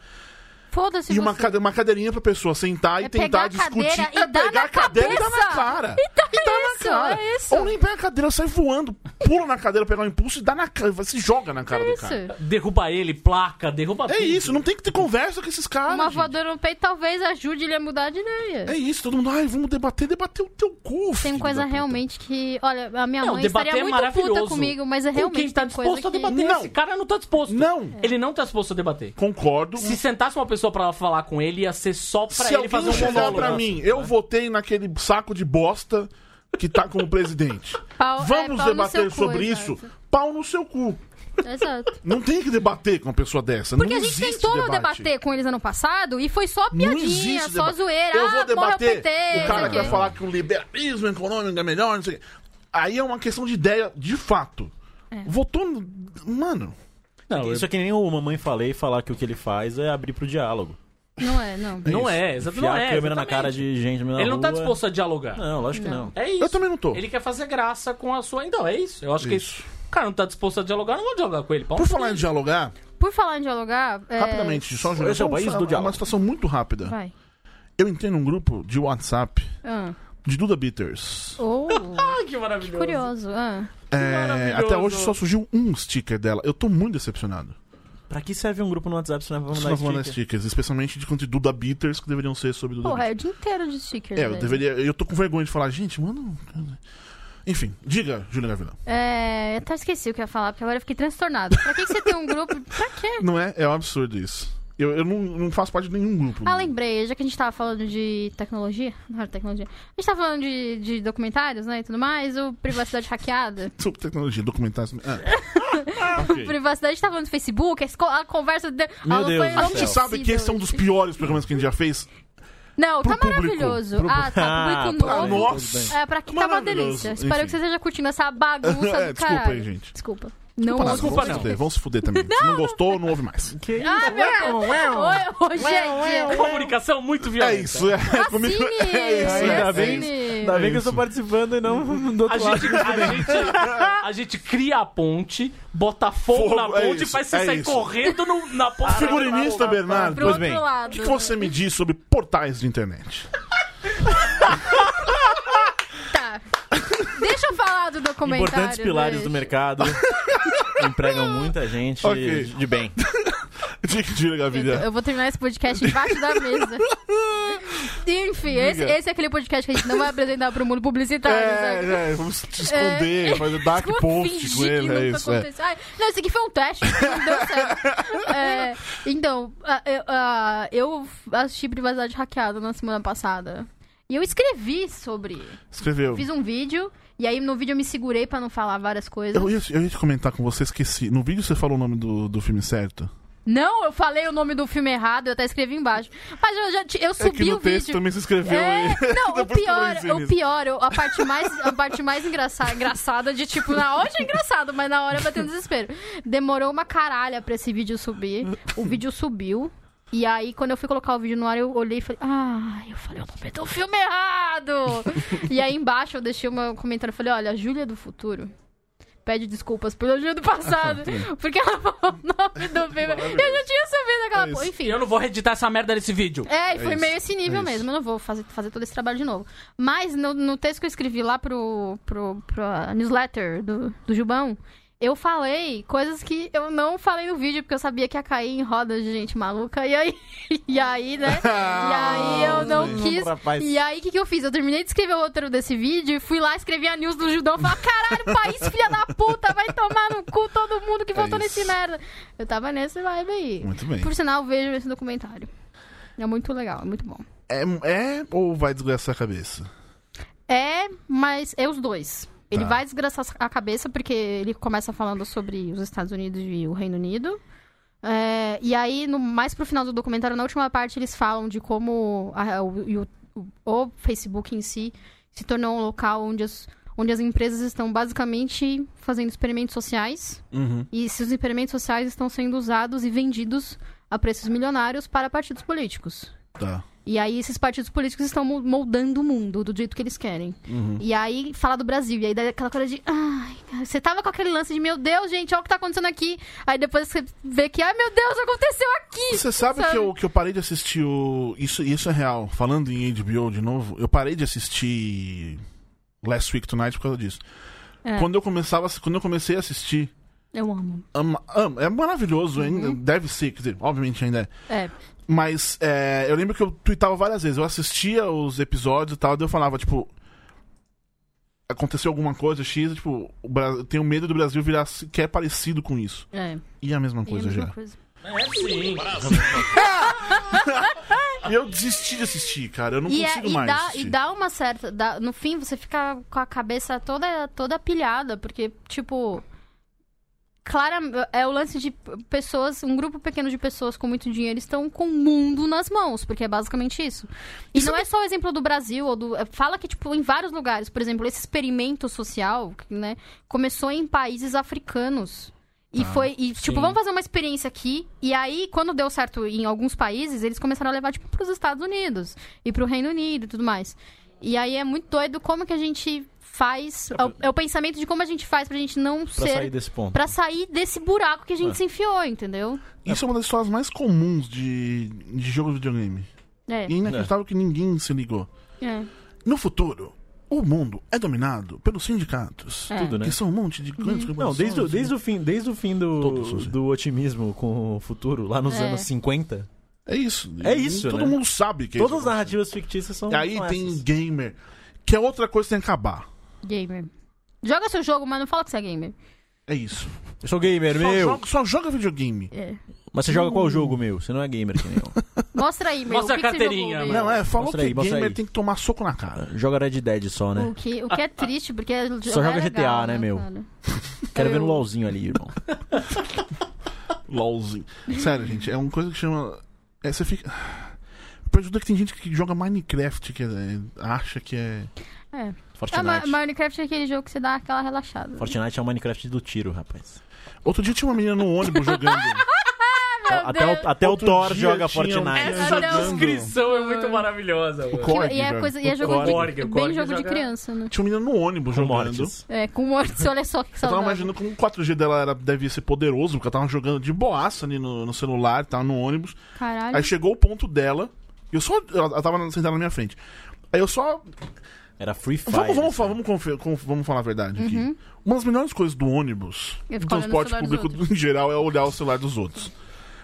Foda-se e uma, você. cade- uma cadeirinha pra pessoa sentar e É pegar tentar a discutir. cadeira e é dar pegar na a cadeira e dar na cabeça. cara. E dá na isso, cara. é isso. Ou nem pega a cadeira, sai voando, pula na cadeira, pegar um impulso e dá na cara. Se joga na cara É do cara. isso. Derruba ele, placa, derruba É tudo. isso, não tem que ter conversa com esses caras. Uma gente. voadora no peito talvez ajude ele a mudar de ideia. É isso, todo mundo, ai, vamos debater, debater o teu cu. Tem filho coisa da puta. realmente que. Olha, a minha Não, mãe debater estaria é muito maravilhoso. puta comigo, mas é Com realmente. quem tá tem coisa disposto a que- É. debater. Não. Esse cara não tá disposto. Não. Ele não tá disposto a debater. Concordo, um Se sentasse uma pessoa pra falar com ele, ia ser só pra Se ele alguém fazer um chegar monólogo. pra mim, eu votei naquele saco de bosta que tá como presidente. Pau- [laughs] é, Vamos pau no seu debater cu, sobre exato. isso? Pau no seu cu. Exato. Não tem que debater com uma pessoa dessa. Porque não a gente existe tentou debate. debater com eles ano passado e foi só Não piadinha, existe só debate. zoeira. Eu ah, vou morre debater. o PT. o não sei cara o que vai quê. falar que o liberalismo econômico é melhor, não sei o quê. Aí é uma questão de ideia, de fato. É. Votou. no- Mano. Não, eu- Isso é que nem o Mamãe Falei falar que o que ele faz é abrir pro diálogo. Não é, não. não é, exatamente. Enfiar não é, a câmera na exatamente. cara de gente na Ele não tá rua. disposto a dialogar. Não, lógico que não. É isso. Eu também não tô. Ele quer fazer graça com a sua. Então, é isso. Eu acho que é isso. Isso. O cara não tá disposto a dialogar, eu não vou dialogar com ele. Pau. Por falar em dialogar, Por falar em dialogar. é, rapidamente, só Júlio, Esse é o só país uma- do diálogo. uma situação muito rápida. Vai. Eu entrei num grupo de WhatsApp Ah. de Duda Bitters. [laughs] Oh, Ah, que maravilhoso. curioso. Ah. É, Maravilhoso. até hoje só surgiu um sticker dela. Eu tô muito decepcionado. Pra que serve um grupo no WhatsApp se não é pra Vocês mandar não vão mandar sticker? stickers, especialmente de conteúdo da Beaters que deveriam ser sobre Duda Porra, Beaters. é né? o dia inteiro de sticker. É, eu velho. deveria. Eu tô com vergonha de falar, gente, mano. Enfim, diga, Júlia Gavilão. É, eu até esqueci o que eu ia falar, porque agora eu fiquei transtornado. Pra que, que você tem um grupo? Pra quê? Não é? É um absurdo isso. Eu, eu não, não faço parte de nenhum grupo. Ah, lembrei, já que a gente tava falando de tecnologia, não era tecnologia, a gente tava falando de, de documentários, né, e tudo mais, o Privacidade Hackeada. Sobre tecnologia, documentários. Ah. Ok. Privacidade tava falando no Facebook, a esco- a conversa deu. Meu ela Deus do foi A gente céu. enlouquecida. sabe que esse é um dos piores programas que a gente já fez. Não, pro tá público. maravilhoso. Pro- Ah, tá, público Pra novo. nós. É, pra quem tá uma Maravilhoso. delícia. Espero Enfim. que você esteja curtindo essa bagunça [laughs] É, do desculpa caralho. aí, gente. Desculpa. Não Parada, ouço. vamos se não. fuder, vamos se fuder também. Se não gostou, não ouve mais. Que isso? Ah, meu Deus. Ô, ô, gente. Comunicação muito É violenta. isso, é. Assine! comigo- é isso. Ainda Assine. bem- Ainda bem que eu tô participando e não [laughs] do A outro lado. gente, a, gente, a gente cria a ponte, bota fogo, Fogo, na é ponte e isso, faz você é sair isso. correndo no- na ponte. Figurinista, Bernardo. Pro Pois outro bem, O lado. que, que você me diz sobre portais de internet? [laughs] Tá. Deixa eu falar do documentário. Importantes é pilares do deixa. [laughs] mercado. empregam muita gente Ok. de bem. Diga, diga, Gavilha. Então, Eu vou terminar esse podcast embaixo da [laughs] mesa. Enfim, esse, esse é aquele podcast que a gente não vai apresentar pro mundo publicitário, sabe? É, é, vamos te esconder, fazer dark Vou post com fingir que tá ele, nunca é isso. É. aconteceu. Ai, não, isso aqui foi um teste, não deu certo. É, então, a- eu- a- eu assisti Privacidade Hackeada na semana passada. E eu escrevi sobre. Escreveu. Fiz um vídeo E aí no vídeo eu me segurei pra não falar várias coisas. Eu ia, eu ia te comentar com você, esqueci. No vídeo você falou o nome do, do filme certo? Não, eu falei o nome do filme errado, eu até escrevi embaixo. Mas eu já ti- eu É subi que no o texto vídeo. também se escreveu É, aí. [laughs] não, o Depois que eu pior, pensei o nisso. pior, eu- a parte mais, a parte mais engraçada, engraçada de tipo, na hora é engraçado, mas na hora bateu um desespero. Demorou uma caralha pra esse vídeo subir. O vídeo subiu. E aí, quando eu fui colocar o vídeo no ar, eu olhei e falei, ah, eu falei o nome do filme errado! e aí embaixo eu deixei um comentário, eu falei, olha, a Júlia do futuro pede desculpas pelo Júlia do [laughs] passado, porque ela falou o nome do filme. Eu já tinha subido aquela... É porra. isso. Enfim. E eu não vou reeditar essa merda desse vídeo. É, e foi isso, meio esse nível é isso. mesmo. Eu não vou fazer, fazer todo esse trabalho de novo. Mas no, no texto que eu escrevi lá pro, pro, pra newsletter do, do Jubão, eu falei coisas que eu não falei no vídeo, porque eu sabia que ia cair em rodas de gente maluca. E aí, [laughs] e aí [laughs] né? E aí eu não Não, quis. rapaz. E aí, o que, que eu fiz? Eu terminei de escrever o roteiro desse vídeo, fui lá, escrevi a news do Judão e falei, caralho, país filha da puta, vai tomar no cu todo mundo que votou nesse É isso. merda. Eu tava nesse vibe aí. Muito bem. Por sinal, vejam esse documentário. É muito legal, é muito bom. É, é ou vai desgraçar a cabeça? É, mas é os dois. Ele Tá. vai desgraçar a cabeça, porque ele começa falando sobre os Estados Unidos e o Reino Unido. É, e aí, no, mais pro final do documentário, na última parte, eles falam de como a- o, e o- o- o Facebook em si se tornou um local onde as, onde as empresas estão basicamente fazendo experimentos sociais. Uhum. E esses experimentos sociais estão sendo usados e vendidos a preços milionários para partidos políticos. Tá. E aí esses partidos políticos estão mo- moldando o mundo do jeito que eles querem. Uhum. E aí fala do Brasil, e aí dá aquela coisa de. Ai, cara, você tava com aquele lance de, meu Deus, gente, olha o que tá acontecendo aqui. Aí depois você vê que, ai meu Deus, aconteceu aqui. Você sabe, sabe? Que, eu, que eu parei de assistir o. Isso, isso é real. Falando em HBO de novo, eu parei de assistir Last Week Tonight por causa disso. É. Quando, eu começava, quando eu comecei a assistir, Eu amo. ama- ama- é maravilhoso, ainda Uhum. deve ser, quer dizer, obviamente ainda é. É. Mas é, eu lembro que eu tweetava várias vezes. Eu assistia os episódios e tal, daí eu falava, tipo. Aconteceu alguma coisa, X, tipo, o Bra- eu tenho medo do Brasil virar sequer parecido com isso. É. E é a mesma E é a coisa mesma já. coisa. É sim. E eu desisti de assistir, cara. Eu não E, é- consigo e mais. dá, assistir. e dá uma certa. dá- no fim, você fica com a cabeça toda, toda pilhada, porque, tipo. Clara, é o lance de p- pessoas, um grupo pequeno de pessoas com muito dinheiro estão com o mundo nas mãos, porque é basicamente isso. E não é só o exemplo do Brasil, ou do, é, fala que, tipo, em vários lugares, por exemplo, esse experimento social, né, começou em países africanos. Ah, E foi, e, tipo, sim. vamos fazer uma experiência aqui. E aí, quando deu certo em alguns países, eles começaram a levar, tipo, pros Estados Unidos e pro Reino Unido e tudo mais. E aí é muito doido como que a gente faz. É o, é o pensamento de como a gente faz pra gente não Pra ser. sair É. desse ponto. Pra sair desse buraco que a gente se enfiou, entendeu? Isso é uma das histórias mais comuns de, de jogo de videogame. É. E inacreditável que ninguém se ligou. é. No futuro, o mundo é dominado pelos sindicatos. É. Tudo, né? Que são um monte de grandes Uhum. Não, corporações. desde, o- desde o fim, desde o fim do, Todos, Suzy. do otimismo com o futuro, lá nos É. anos 50, É isso. É isso, Todo né? mundo sabe que é todas as isso. narrativas fictícias são. E Aí são tem essas. gamer, que é outra coisa que tem que acabar. Gamer. Joga seu jogo, mas não fala que você é gamer. É isso. Eu sou gamer, Só, meu! joga, só joga videogame. É. Mas você joga qual jogo, meu? Você não é gamer que nem [laughs] eu. Mostra aí, meu. Mostra o que a que você carteirinha, jogou, mano. Não, é, falou Mostra que aí, mostra gamer aí. tem que tomar soco na cara. Joga Red Dead só, meu? né? O que, o que é triste, porque é Só joga é GTA, legal, né, meu? cara? Quero ver eu- no LOLzinho ali, [laughs] irmão. Tá, É, LOLzinho. Sério, gente, é uma coisa que chama. É, você fica. [sighs] Perjuda que tem gente que joga Minecraft, que é- acha que é. É. Ah, Ma- Fortnite. Minecraft é aquele jogo que você dá aquela relaxada. Fortnite é o Minecraft do tiro, rapaz. Outro dia tinha uma menina no ônibus [laughs] jogando. até Ah, Deus. o, até o Outro Thor dia joga tinha Fortnite. um- Essa Jogando. descrição é muito maravilhosa. mano. Corg, e é, velho. coisa, e é O jogo de, Corg, o bem Corg jogo de joga- criança, né? Tinha uma menina no ônibus Com jogando. mortes. É, com mortes, olha só que Eu tava saudável. imaginando como o 4G dela era, devia ser poderoso, porque ela tava jogando de boaça ali no, no celular, tava no ônibus. Caralho. Aí chegou o ponto dela. e Eu só. Ela ela tava sentada na minha frente. Aí eu só Era Free Fire. Vamos, vamos, assim. falar- vamos, confi- conf- vamos falar a verdade aqui. Uma das melhores coisas do ônibus, É do Uhum. ficar olhando o transporte [laughs] celular dos público em geral, é olhar o celular dos outros.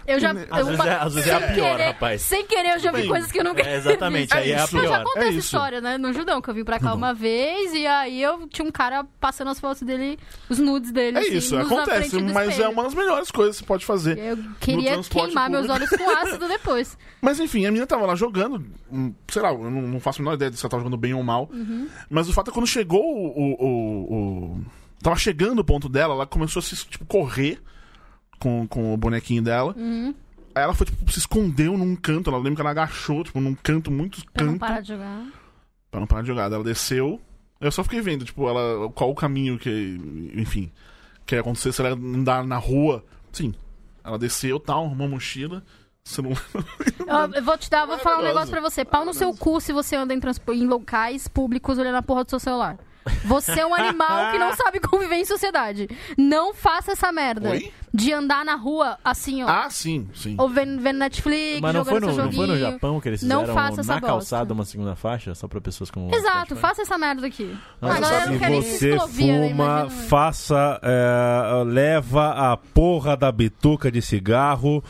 Eu já. Às eu vezes é- às vezes é a sem pior, querer- rapaz. Sem querer, eu já vi Bem, coisas que eu nunca É, exatamente, É aí é a isso. [laughs] Eu já pior. contei É essa isso. história, né? No Judão, que eu vim pra cá uma vez e aí eu tinha um cara passando as fotos dele, os nudes dele. É assim, isso, nus na acontece, frente do mas é espelho. uma das melhores coisas que você pode fazer. Eu queria transporte queimar meus olhos público. com ácido depois. Mas enfim, a menina tava lá jogando, hum, sei lá, eu não, não faço a menor ideia de se ela tava jogando bem ou mal. Uhum. Mas o fato é que quando chegou o, o- o- o- Tava chegando o ponto dela, ela começou a se tipo, correr com, com o bonequinho dela. Uhum. Aí ela foi, tipo, se escondeu num canto. Ela lembra que ela agachou, tipo, num canto, muito Pra não canto. parar de jogar. Pra não parar de jogar. Daí Ela desceu. Eu só fiquei vendo, tipo, ela. Qual o caminho que. Enfim. Que ia acontecer se ela andar na rua. Sim. Ela desceu, tal, arrumou a mochila. Celular. Eu, eu vou te dar, vou falar um negócio Maravilhoso. pra você. Pau no seu cu se você anda em, transpo- em locais públicos olhando a porra do seu celular. Você é um animal que não sabe conviver em sociedade. Não faça essa merda Oi? de andar na rua assim, ó. Ah, sim, sim. Ou vendo, vendo Netflix, Mas não jogando foi, no, seu não foi joguinho. no Japão que eles Não fizeram faça essa na bosta. calçada uma segunda faixa, só pra pessoas como... Exato, faça essa merda aqui. Nossa, a galera sabe, não Se quer nem você ciclovia, né? fuma, Imagina. faça. é, leva a porra da bituca de cigarro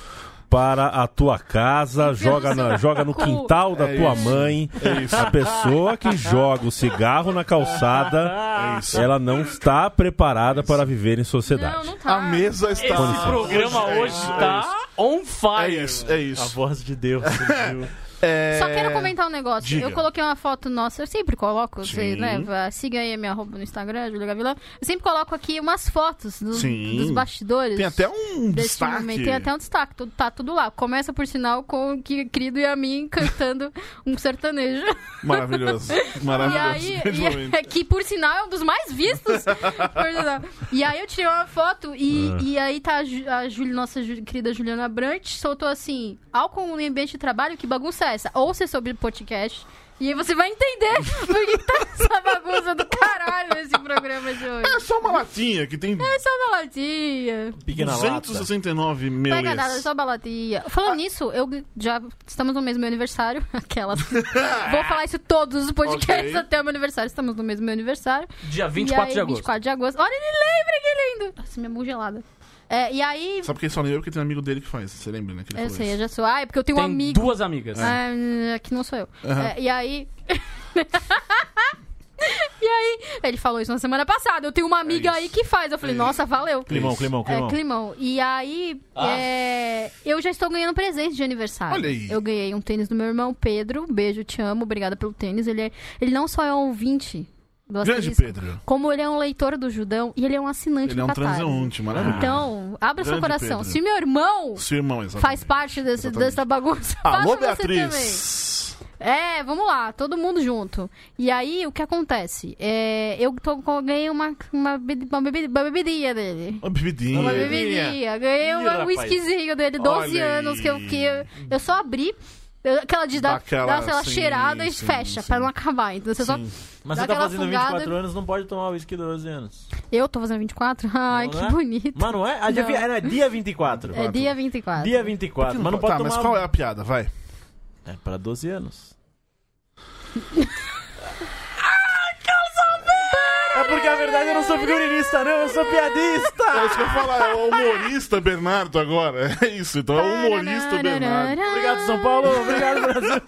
para a tua casa, Enfia no joga, seu na- joga no cu. quintal da É tua isso. mãe. É isso. A pessoa que joga o cigarro na calçada, É isso. ela não está preparada É para viver em sociedade. Não, não tá. A mesa Esse está. programa hoje tá on É fire. isso, é A isso. voz de Deus [laughs] surgiu. É... Só quero comentar um negócio. Diga. Eu coloquei uma foto nossa, eu sempre coloco, você, Sim. né? vá- Siga aí a minha arroba no Instagram, Júlia Gavilã. Eu sempre coloco aqui umas fotos do- Sim. dos bastidores. Tem até um desse destaque. momento. Tem até um destaque, tudo- tá tudo lá. Começa, por sinal, com o que querido e a mim cantando um [laughs] sertanejo. Maravilhoso. E Maravilhoso. [laughs] aí, Grande e- momento. é que por sinal é um dos mais vistos. Por sinal. e aí eu tirei uma foto e, Ah. e aí tá a, Ju- a Ju- nossa Ju- querida Juliana Brant soltou assim: álcool no ambiente de trabalho, que bagunça é essa? Ouça sobre podcast. E aí você vai entender [laughs] por que que tá essa bagunça do caralho nesse programa de É hoje. só uma latinha que tem É só baladinha. Pequena lata. 269 mil. Pega nada, é só baladinha. Ah. Falando nisso, eu já estamos no mesmo meu aniversário. [laughs] [laughs] Aquelas. Vou falar isso todos os podcasts Ok. até o meu aniversário. Estamos no mesmo meu aniversário. Dia E 24 aí, de agosto. 24 de agosto. Olha, ele lembra, que lindo! Nossa, minha mão gelada. É, e aí. Sabe quem só lembra porque tem um amigo dele que faz. Você lembra, né? Que ele Eu falou sei, eu isso. já sou. Ah, é porque eu tenho Tem um amigo. duas amigas. Ah, é, que não sou eu. né? Aham. É, e aí. [laughs] e aí, ele falou isso na semana passada. Eu tenho uma amiga É isso. aí que faz. Eu falei, É nossa, valeu. Climão, Isso. Ah. climão, É, climão. climão. E aí, é, eu já estou ganhando presente de aniversário. Olha aí. Eu ganhei um tênis do meu irmão, Pedro. Beijo, te amo, obrigada pelo tênis. Ele, é- ele não só é um ouvinte do Grande asterisco, Pedro. como ele é um leitor do Judão e ele é um assinante Ele do é um Catarse. transeunte, maravilhoso. Então, abra seu Grande coração. Pedro. Se meu irmão Seu irmão, exatamente. faz parte desse, Exatamente. dessa bagunça, Alô, faça você também. Beatriz. É, vamos lá, todo mundo junto. E aí, o que acontece? É, eu tô, com- ganhei uma, uma, bebe- uma, bebe- uma bebidinha dele. Uma bebidinha. Uma bebidinha. bebidinha. Ganhei Ih, um rapaz. whiskyzinho dele, 12 Olha anos, que eu, aí. que eu, eu só abri. eu- Aquela de dar, Daquela, dar aquela sim, cheirada e sim, fecha, sim. pra não acabar. Então você só. Sim. Mas Dá você tá aquela fazendo fungada. 24 anos, não pode tomar uísque 12 [laughs] anos. Eu tô fazendo 24? Ai, Não que né? é? bonito. Mas não é? Ah, dia Não. vi- Era dia 24. É dia 24. Dia 24, mas não pode tá, tomar... um- mas qual é a piada? Vai. é? pra 12 anos. Ah, É porque, na verdade, eu não sou figurinista, não. Eu sou É piadista. isso que eu ia falar. É o humorista Bernardo agora. [laughs] É isso. Então é o humorista Bernardo. Obrigado, São Paulo. Obrigado, Brasil.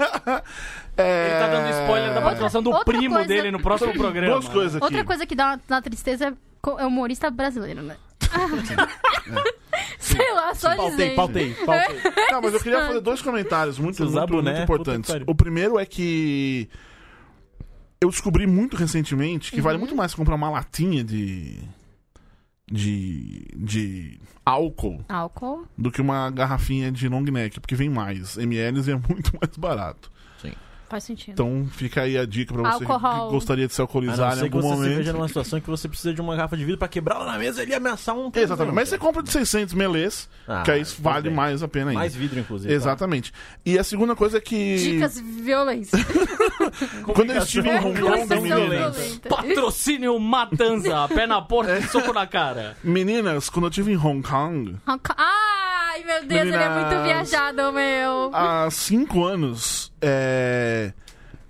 É... Ele tá dando spoiler da participação do outra primo coisa- dele no próximo programa. né? Duas coisas aqui. Outra coisa que dá uma, uma tristeza é co- é humorista brasileiro, né? [laughs] Sei lá, só Pautei, dizendo. pautei, pautei. Não, mas eu queria fazer dois comentários muito, Se usar muito, boné, muito importantes. né? puta que pariu. O primeiro é que eu descobri muito recentemente que vale Uhum. muito mais comprar uma latinha de. de. de álcool Álcool. do que uma garrafinha de long neck, porque vem mais ml e é muito [laughs] mais barato. Faz sentido. Então fica aí a dica pra você Alcohol. que gostaria de se A alcoolizar não em ser que algum você se veja momento. numa situação que você precisa de uma garrafa de vidro pra quebrá-la na mesa e ameaçar um... Exatamente. Mas você compra de 600 melês, Ah, que aí tudo vale bem. mais a pena ainda. Mais tá. vidro, inclusive. Exatamente. E a segunda coisa é que. Dicas [laughs] violência. Quando eu estive em Hong Kong, Comunicação meninas, violenta. Patrocínio Matanza. Pé na porta e soco na cara. Meninas, quando eu estive em Hong Kong, Ai, meu Deus, ele é muito Meninas. viajado, meu. há cinco anos, é,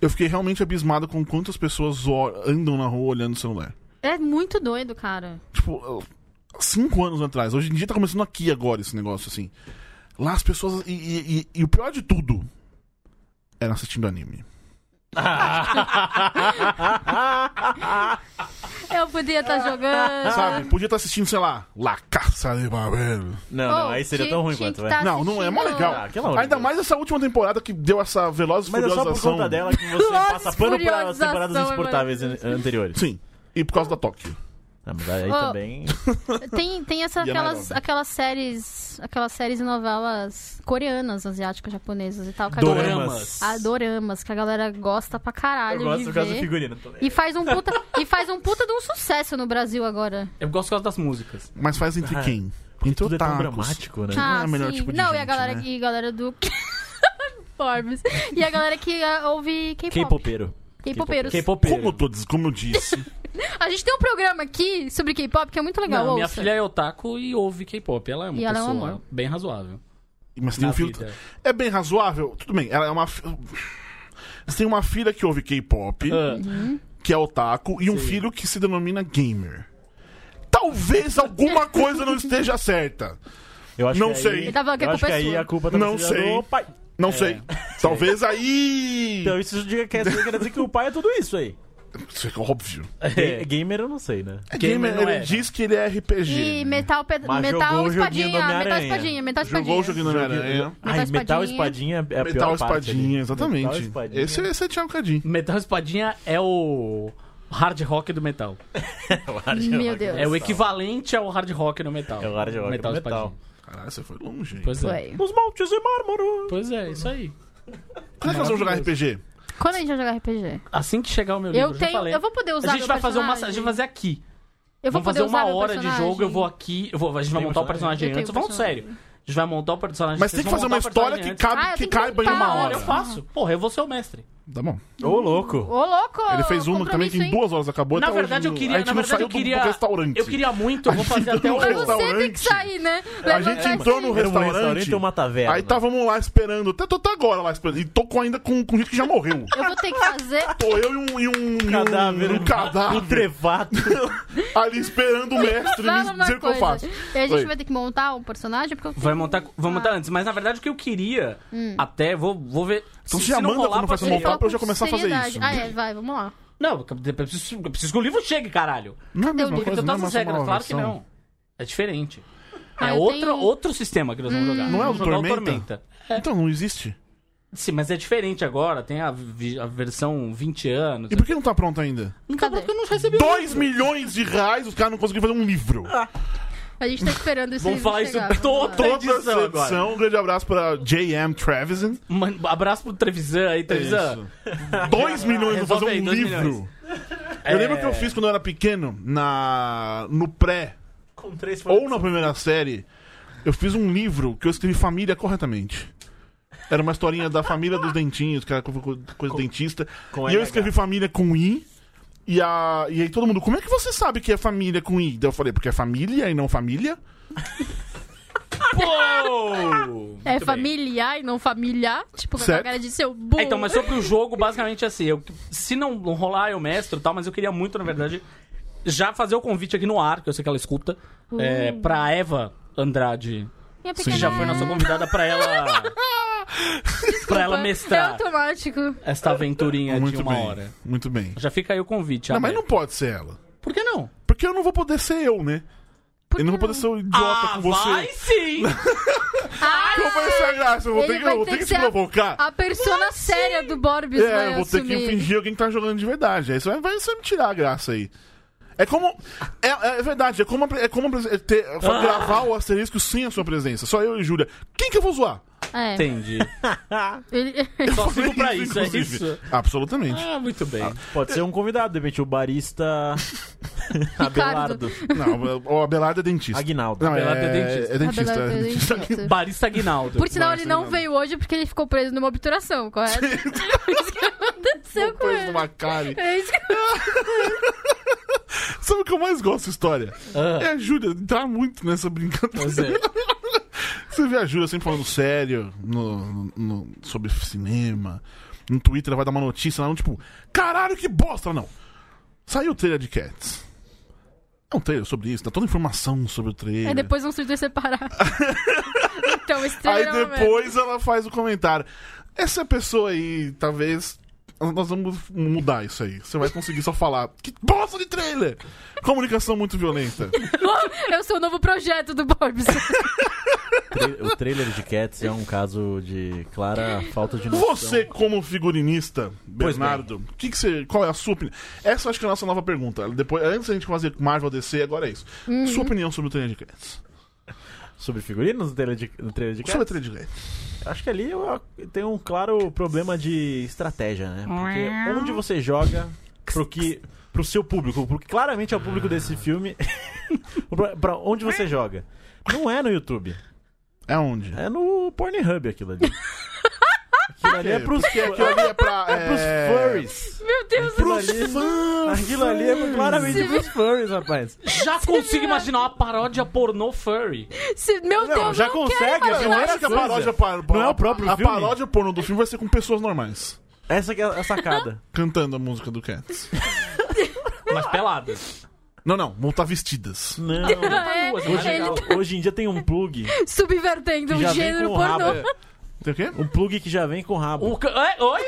eu fiquei realmente abismado com quantas pessoas o- andam na rua olhando o celular. É muito doido, cara. Tipo, eu- cinco anos atrás. Hoje em dia tá começando aqui agora esse negócio, assim. Lá as pessoas. E, e- e- e o pior de tudo era assistindo anime. Eu podia estar jogando. Sabe? Podia estar assistindo, sei lá, La Caça de Babel. tá? Não, Oh, não, aí seria tinha- tão ruim tinha quanto, que vai. tá Não, não é mó assistindo- legal. Ah, aquela hora Ainda de- mais essa última temporada que deu essa veloz e Mas é só por furiosação. conta dela que você Nossa, passa pano para as furiosação, temporadas é insuportáveis an- anteriores. Sim. E por causa da Tóquio. Ah, mas aí Oh. também. [laughs] Tem, tem essa, é E a aquelas, Nairobi. aquelas séries. Aquelas séries e novelas coreanas, asiáticas, japonesas e tal. que a galera- Doramas. Ah, doramas, que a galera gosta pra caralho. Eu gosto de por causa do ver. figurino. tô- E faz um puta, e faz um puta de um sucesso no Brasil agora. Eu gosto por causa das músicas. Mas faz entre Ah, quem? Entre Tudo é tão otakus. dramático, Ah, né? não é o melhor sim. tipo de Não, e a gente, galera, né? e a galera do [laughs] Forbes. E a galera que ah, ouve K-pop. K-popeiro. K-popeiros. Como eu, tô, diz- como [laughs] eu disse. A gente tem um programa aqui sobre K-pop que é muito legal. Não, minha ouça. filha é otaku e ouve K-pop. Ela é uma E ela é um pessoa amor. bem razoável. Mas tem na um filho. vida. É bem razoável? Tudo bem. Ela é uma. fi- Você tem uma filha que ouve K-pop, Ah. [laughs] que é otaku, e um filho que se denomina gamer. Talvez alguma [laughs] coisa não esteja certa. Eu acho Não que sei. Aí, Ele tá falando que a eu acho culpa é que aí sua. a culpa tá também Não seja sei. do pai. [laughs] Não sei. Talvez aí. É. Então isso diga que quer dizer que o pai é tudo isso aí. Isso [laughs] é óbvio. Ga- Gamer eu não sei, né? É Gamer gamer, não ele é, né? diz que ele é RPG. E metal, pe- Mas metal jogou o joguinho do espadinha, metal Homem-Aranha. espadinha, metal espadinha. Jogou o joguinho do é Homem-Aranha. Ai, metal espadinha é a Metal pior parte ali. Espadinha, exatamente. Metal Espadinha. Esse, esse é Thiago Cadinho. Metal Espadinha é o hard rock do metal. Meu Deus. É o equivalente ao hard rock no metal. É o hard rock no metal metal. Espadinha. Caralho, você foi longe, hein? Pois é. Foi. Os montes de mármore. Pois é, isso aí. Quando é que nós vamos jogar RPG? Quando a gente vai jogar RPG? Assim que chegar o meu livro, Eu já tenho. falei. Eu vou poder usar a gente meu vai fazer uma, a personagem? gente vai fazer aqui. Eu vou Vamos poder fazer usar uma meu hora de personagem? jogo, eu vou aqui, eu vou- a gente vai Tem montar o personagem? personagem Eu antes. tenho Vamos sério. A gente vai montar o personagem Mas vocês tem que vão fazer montar uma o história personagem que, antes. cabe, Ah, eu que tenho que caiba em montar, uma Olha, hora. eu faço. Porra, eu vou ser o mestre. Tá bom. Ô, louco. Ô, louco! Ele fez uma também compromisso, que em hein? duas horas acabou. Na até verdade, hoje, eu queria. um A gente Na não verdade, saiu eu do queria. restaurante. Eu queria muito, eu vou gente fazer entrou até um no Mas você hoje. tem restaurante. que sair, né? A Leva gente pra entrou cima. no Era um restaurante. restaurante e uma taverna. Aí estávamos lá esperando. Até tô até agora lá esperando. E tô com- ainda com, com gente que já morreu. Eu vou ter que [laughs] fazer. Tô eu e um. E um e um- Cadáver. Um cadáver. [laughs] Putrefato. ali esperando o mestre Fala me uma dizer o que eu coisa. faço. E a gente Oi. vai ter que montar um personagem, porque eu Vai montar, vamos montar antes. Mas na verdade o que eu queria, Hum. até vou, vou ver. Então você já manda como pra fazer ser- montar Fala pra eu já com começar a fazer seriedade. isso. Ah, é, vai, vamos lá. Não, eu preciso, eu preciso que o livro chegue, caralho. Não é a Eu mesma tenho Tem coisa, não é todas uma as regras, Tá claro que versão. não. É diferente. Ah, é eu outro, tenho- outro sistema que nós vamos jogar. Não é o Vamos jogar Tormenta? É. Então, não existe. Sim, mas é diferente agora. Tem a, vi- a versão 20 anos. E por que não tá pronto ainda? Não Cadê? porque eu não recebi o 2 livro. milhões de reais, os caras não conseguiram fazer um livro. Ah, A gente tá esperando isso. Vamos falar isso chegar, vamos todo- lá. todo- Toda edição essa agora. edição, um grande abraço pra J.M. Travison. Mano, abraço pro Trevisan aí, Trevisan. 2 milhões pra fazer Ah, Resolve um aí, dois livro. milhões. É. Eu lembro que eu fiz quando eu era pequeno, na no pré, Com três ou na primeira série, eu fiz um livro que eu escrevi família corretamente. Era uma historinha da família dos dentinhos, que era co- co- coisa do dentista. com e eu NH. escrevi família com I. E, a, e aí todo mundo, como é que você sabe que é família com I? Daí eu falei, porque é família e não família. [laughs] Pô! É familiar e não familiar? Tipo, com a Certo. cara de seu burro. É, então, mas sobre o jogo, basicamente é assim. Eu, se não rolar, eu mestro e tal, mas eu queria muito, na verdade, já fazer o convite aqui no ar, que eu sei que ela escuta, é, pra Eva Andrade, Minha que pequena... já foi nossa convidada, pra ela. pra ela É mestrar automático. esta aventurinha de muito uma bem. hora. Muito bem. Já fica aí o convite. Não, mas aberto. não pode ser ela. Por que não? Porque eu não vou poder ser eu, né? Por eu não que vou poder ser o idiota com você. Ah, vai [laughs] sim! Ah, Qual vai ser a graça? Eu vou Ele ter que, vai eu vou ter ter que que ser te a- provocar. A persona séria do Borbis vai É, eu vou ter assumir. que fingir alguém que tá jogando de verdade. Aí você vai, vai você me tirar a graça aí. É como. É, é verdade, é como, é como é ter- é Ah. gravar o asterisco sem a sua presença. Só eu e Júlia. Quem que eu vou zoar? É. Entendi. Ele- [laughs] Só [laughs] sigo pra Isso, isso, é inclusive. Tá. isso. Absolutamente. Ah, muito bem. Pode ser um convidado, de repente, o [laughs] barista Abelardo. Não, o Abelardo é dentista. Aguinaldo. Não, Ah. Abelardo é, é dentista. é dentista. [laughs] Abelardo é é dentista. dentista. Barista Aguinaldo. Por sinal, Barista ele não Aguinaldo. veio hoje porque ele ficou preso numa obturação, [laughs] correto? [laughs] Isso que aconteceu com Coisa de ele. [laughs] uma cara. É isso que Sabe o que eu mais gosto da história? Ah. É a Júlia, tá muito nessa brincadeira. Pois é. Você vê a Júlia sempre falando sério no, no- sobre cinema. No Twitter ela vai dar uma notícia, ela não, tipo, caralho, que bosta! Ela não. Saiu o trailer de Cats. É um trailer sobre isso, dá toda a informação sobre o trailer. Aí depois vão se separar. Então, Aí extremamente. [laughs] depois ela faz o comentário. Essa pessoa aí, talvez. Nós vamos mudar isso aí. Você vai conseguir só falar. Que bosta de trailer! Comunicação muito violenta. Ah, Eu sou o novo projeto do Borbs. Tra- O trailer de Cats é um caso de clara falta de noção. Você, como figurinista, Pois bem. Bernardo, que que você, qual é a sua opinião? Essa eu acho que é a nossa nova pergunta. Depois, antes da gente fazer Marvel DC, agora é isso. Uhum. Sua opinião sobre o trailer de Cats? Sobre figurinos no trailer de, no trailer de Cats? Sobre o trailer de Cats. Acho que ali eu- tem um claro problema de estratégia, né? Porque onde você joga pro que pro seu público, porque claramente é o público desse filme. [laughs] pra- pra onde você joga? Não é no YouTube, É onde? é no Pornhub aquilo ali. Aquilo [laughs] ali é pros, Porque aquilo ali [laughs] é pra. é pros furries. Meu Deus do Pros fãs! Aquilo ali é claramente pros furries, rapaz. Já consigo imaginar uma paródia pornô furry. céu. Meu Não, Deus, já eu consegue, Quero é Eu imaginar acho que a Coisa. paródia. par- par- Não é o próprio A filme? paródia porno do filme vai ser com pessoas normais. Essa que é a sacada. cantando a música do Cats. Ah. Mas peladas. Não, não, vão estar vestidas. Não. É, Duas, mas ele Tá legal. Hoje em dia tem um plug, subvertendo Já um vem gênero com o rabo, pornô. Tem o quê? um plug que já vem com rabo. O... ca- Oi? Oi?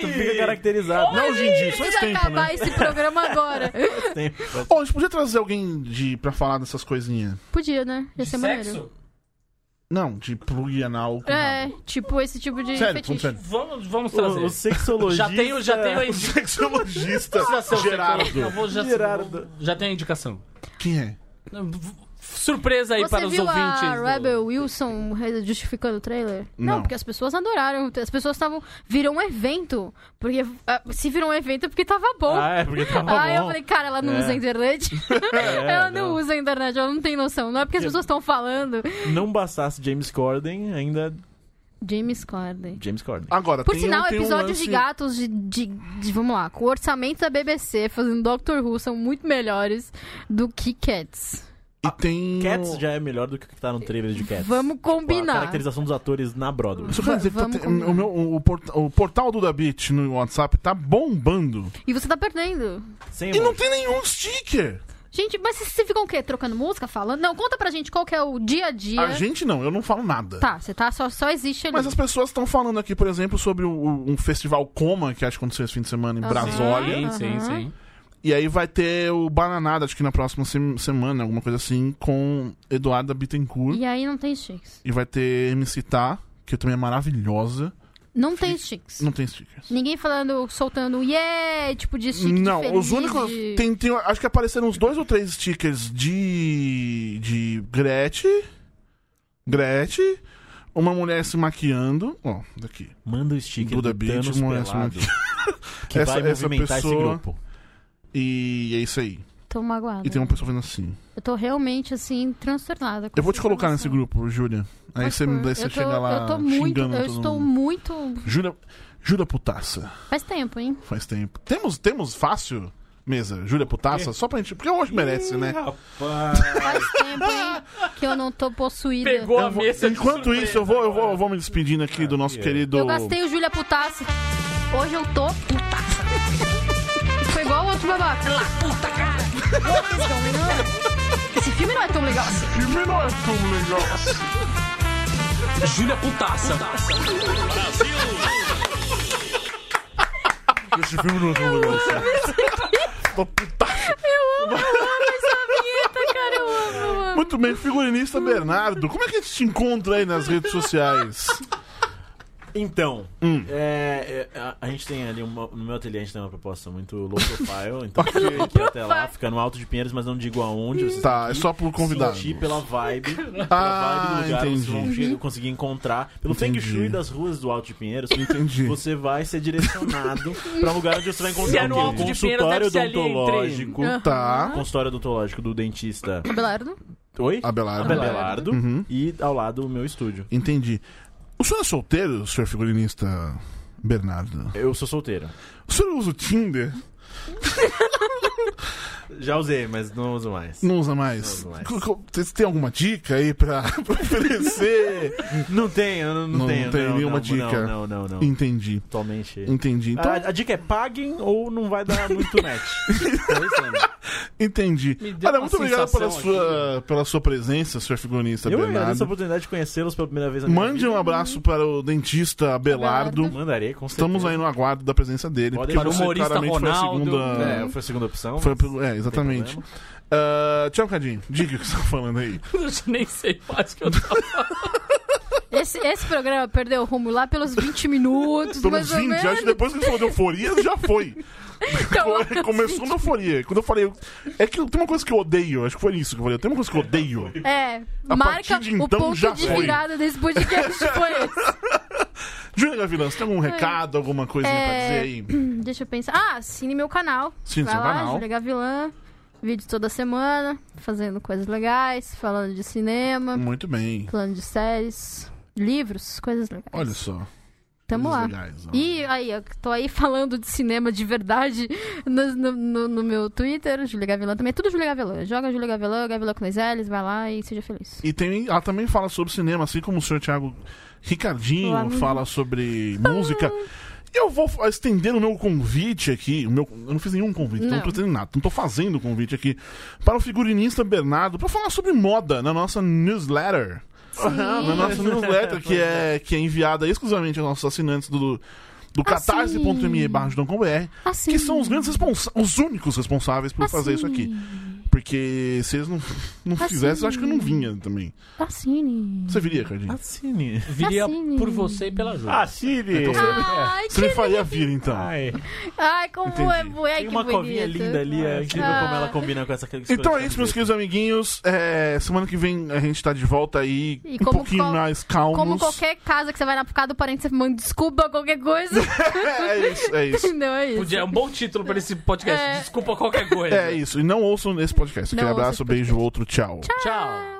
Tu [laughs] fica Oi? caracterizado. Não hoje [laughs] em dia, isso faz Precisa tempo, acabar né? esse programa agora. Ó, a gente podia trazer alguém de, pra falar dessas coisinhas. Podia, né? Ia De ser maneiro. sexo? Não, de plug anal. com É, rabo. tipo esse tipo de Tá Sério, fetiche. falando sério. Vamos, vamos trazer. O, o sexologista. Já tenho, já tenho a [laughs] O indicação. sexologista Eu Gerardo. vou já, Gerardo. já tenho a indicação. Quem é? Surpresa aí Você para os viu ouvintes. a do- Rebel Wilson re- justificando o trailer? Não. porque as pessoas adoraram. As pessoas estavam... Virou um evento. Porque ah, se virou um evento é porque tava bom. Ah, é, porque tava Aí eu bom. falei, cara, ela não É. usa a internet. É, ela não, usa a internet, ela não tem noção. Não é porque as pessoas estão falando. Não bastasse James Corden, ainda James Corden. James Corden. Agora, Por tem, sinal, tem um episódios lance- de gatos de, de- de- Vamos lá, com o orçamento da BBC fazendo Doctor Who são muito melhores do que Cats. E tem... um Cats já é melhor do que o que tá no trailer de Cats. Vamos A combinar. caracterização dos atores na Broadway. Só pra dizer que tá Vamos te- combinar. o, meu- o port- o portal do Dabit no WhatsApp tá bombando. E você tá perdendo. Sem E não emoji. tem nenhum sticker. Gente, mas vocês vocês ficam o quê? Trocando música? Falando? Não, conta pra gente qual que é o dia a dia. A gente não, eu não falo nada. Tá, você tá só, só existe ali. Mas as pessoas estão falando aqui, por exemplo, sobre o- o- um festival Coma, que acho que aconteceu esse fim de semana em Ah, Brasília. Sim, sim, sim. E aí vai ter o Bananada, acho que na próxima sem- semana, alguma coisa assim, com Eduarda Bittencourt. E aí não tem Chicks. E vai ter MC Tá, que também é maravilhosa. Não tem Chicks. Não tem stickers. Ninguém falando, soltando um yeah, tipo de chique, de Não, feliz, os únicos. de- Tem, tem- acho que apareceram uns dois ou três stickers de. de Gretchen. Gretchen. Uma mulher se maquiando. Ó, daqui. Manda o sticker Duda do Beat, Thanos uma- essa- pelado. [laughs] Que Essa- vai essa movimentar pessoa- esse grupo. E é isso aí. Tô magoada. E tem uma pessoa fazendo assim. Eu tô realmente, assim, transtornada. com Eu vou essa te colocar nesse informação. grupo, Júlia. Aí Pode você, pôr. daí você eu tô, chega lá Eu tô muito, xingando eu todo estou mundo. muito... Júlia, Júlia Putaça. Faz tempo, hein? Faz tempo. Temos, temos fácil mesa, Júlia Putaça, só pra gente. Porque hoje merece, né? Rapaz. [laughs] Faz tempo, hein? Que eu não tô possuída. Pegou a Eu vou- mesa de enquanto surpresa. isso, eu vou, eu, vou, eu vou me despedindo aqui do nosso querido. Eu gastei o Júlia Putaça. Hoje eu tô putaça. Foi igual o outro babaca. Lá, puta, cara. Vocês estão ligando? Esse filme não é tão legal assim. Júlia Putaça. [laughs] Esse filme não é tão legal assim. Tô putaça. Eu amo, eu amo essa vinheta, cara. Eu amo, eu amo. Muito bem, figurinista Bernardo, como é que a gente te encontra aí nas redes sociais? Então, é, é, a, a gente tem ali uma- no meu ateliê a gente tem uma proposta muito low profile, então Ok. tem que ir até lá, fica no Alto de Pinheiros, mas não digo aonde. Vocês Tá, têm é que só por convidado. Sentir pela [laughs] vibe, pela Ah, vibe do lugar, vocês vão entendi. che- conseguir encontrar pelo Entendi. feng shui das ruas do Alto de Pinheiros. Entendi. Você vai ser direcionado para um lugar onde você vai Se encontrar é no o quê? Alto de Pinheiros, consultório deve ser ali entre- odontológico, Tá, consultório odontológico do dentista. Abelardo? Oi? Abelardo. Abelardo. Ah, Uhum. E ao lado o meu estúdio. Entendi. O senhor é solteiro, senhor figurinista Bernardo? Eu sou solteiro. O senhor usa o Tinder? Já usei, mas não uso mais. Não usa mais? Não uso mais. Co- co- Vocês têm alguma dica aí pra, [laughs] pra oferecer? Não tenho, não, Não tenho. tem nenhuma não, dica. Não, não, não. não. Entendi, Atualmente. Ah, entendi. Então, [laughs] A, a dica é paguem ou não vai dar muito match. Então, isso, né? Entendi. Me deu Olha, uma muito obrigado pela sensação sua, pela sua presença, senhor figurinista Eu agradeço a né? Bernardo. oportunidade de conhecê-los pela primeira vez na minha Mande um abraço para o dentista Abelardo. vida. Mandarei, com certeza. Estamos aí no aguardo da presença dele. Pode Porque para o você humorista claramente Ronaldo, foi a segunda. É, foi a segunda opção. Foi mas pelo- é, não tem exatamente. problema. Ah, tchau, Cadinho. Diga o que você tá falando aí. Eu já nem sei mais o que eu tava. [laughs] Esse, esse programa perdeu o rumo lá pelos 20 minutos, Pelos mais ou 20, menos. acho que depois que ele falou de euforia, já foi. Então, Foi- [laughs] Começou na euforia. Quando eu falei. É que tem uma coisa que eu odeio, acho que foi isso que eu falei. Tem uma coisa que eu odeio. É, A marca partir de o então, ponto já de foi. virada desse podcast foi esse. Júlia Gavilã, você tem algum recado, alguma coisinha pra É. dizer aí? Hum, Deixa eu pensar. Ah, assine meu canal. Assine Vai seu lá, canal. Julia Gavilã. Vídeo toda semana, fazendo coisas legais, falando de cinema, Muito bem. falando de séries, livros, coisas legais. Olha só. Tamo coisas lá. legais, ó. E aí, eu tô aí falando de cinema de verdade no, no- no- no meu Twitter, Júlia Gavilã também. É tudo Júlia Gavilã. Joga Júlia Gavilã, Gavilã com dois L's, vai lá e seja feliz. E tem, ela também fala sobre cinema, assim como o senhor Thiago Ricardinho Lá no- fala sobre música. E eu vou fa- estender o meu convite aqui. O meu, eu não fiz nenhum convite, então Não. não tô estendendo nada. Não tô fazendo convite aqui para o figurinista Bernardo para falar sobre moda na nossa newsletter. [laughs] Na nossa newsletter, que é, que é enviada exclusivamente aos nossos assinantes do, do catarse.me barra Judão com BR, Assim. que são os grandes responsa- os únicos responsáveis Ah, por fazer isso aqui. Porque se eles não, não Assim. fizessem, eu acho que eu não vinha também. Assine. Você viria, Ah, Cardinho? Assine. É, Viria Assine. por você e pela Ju. Ah, Assine! Então você- Ai, Você que... me faria vir, então. Ai, Ah! Ai, como Entendi. é bom. Ai, É, tem que uma bonito. covinha linda ali, é incrível Ah. como ela combina com essa com essa Então é camiseta. isso, meus queridos amiguinhos. É, semana que vem a gente tá de volta aí, E um como pouquinho qual- mais calmos. Como qualquer casa que você vai na casa do parente, você manda desculpa qualquer coisa. [laughs] É isso, [laughs] é isso. Não é isso. Podia, é um bom título pra esse podcast. É. Desculpa qualquer coisa. É isso. É E não ouçam nesse podcast. Não Aquele ouçam abraço, esse beijo, outro, tchau. Tchau.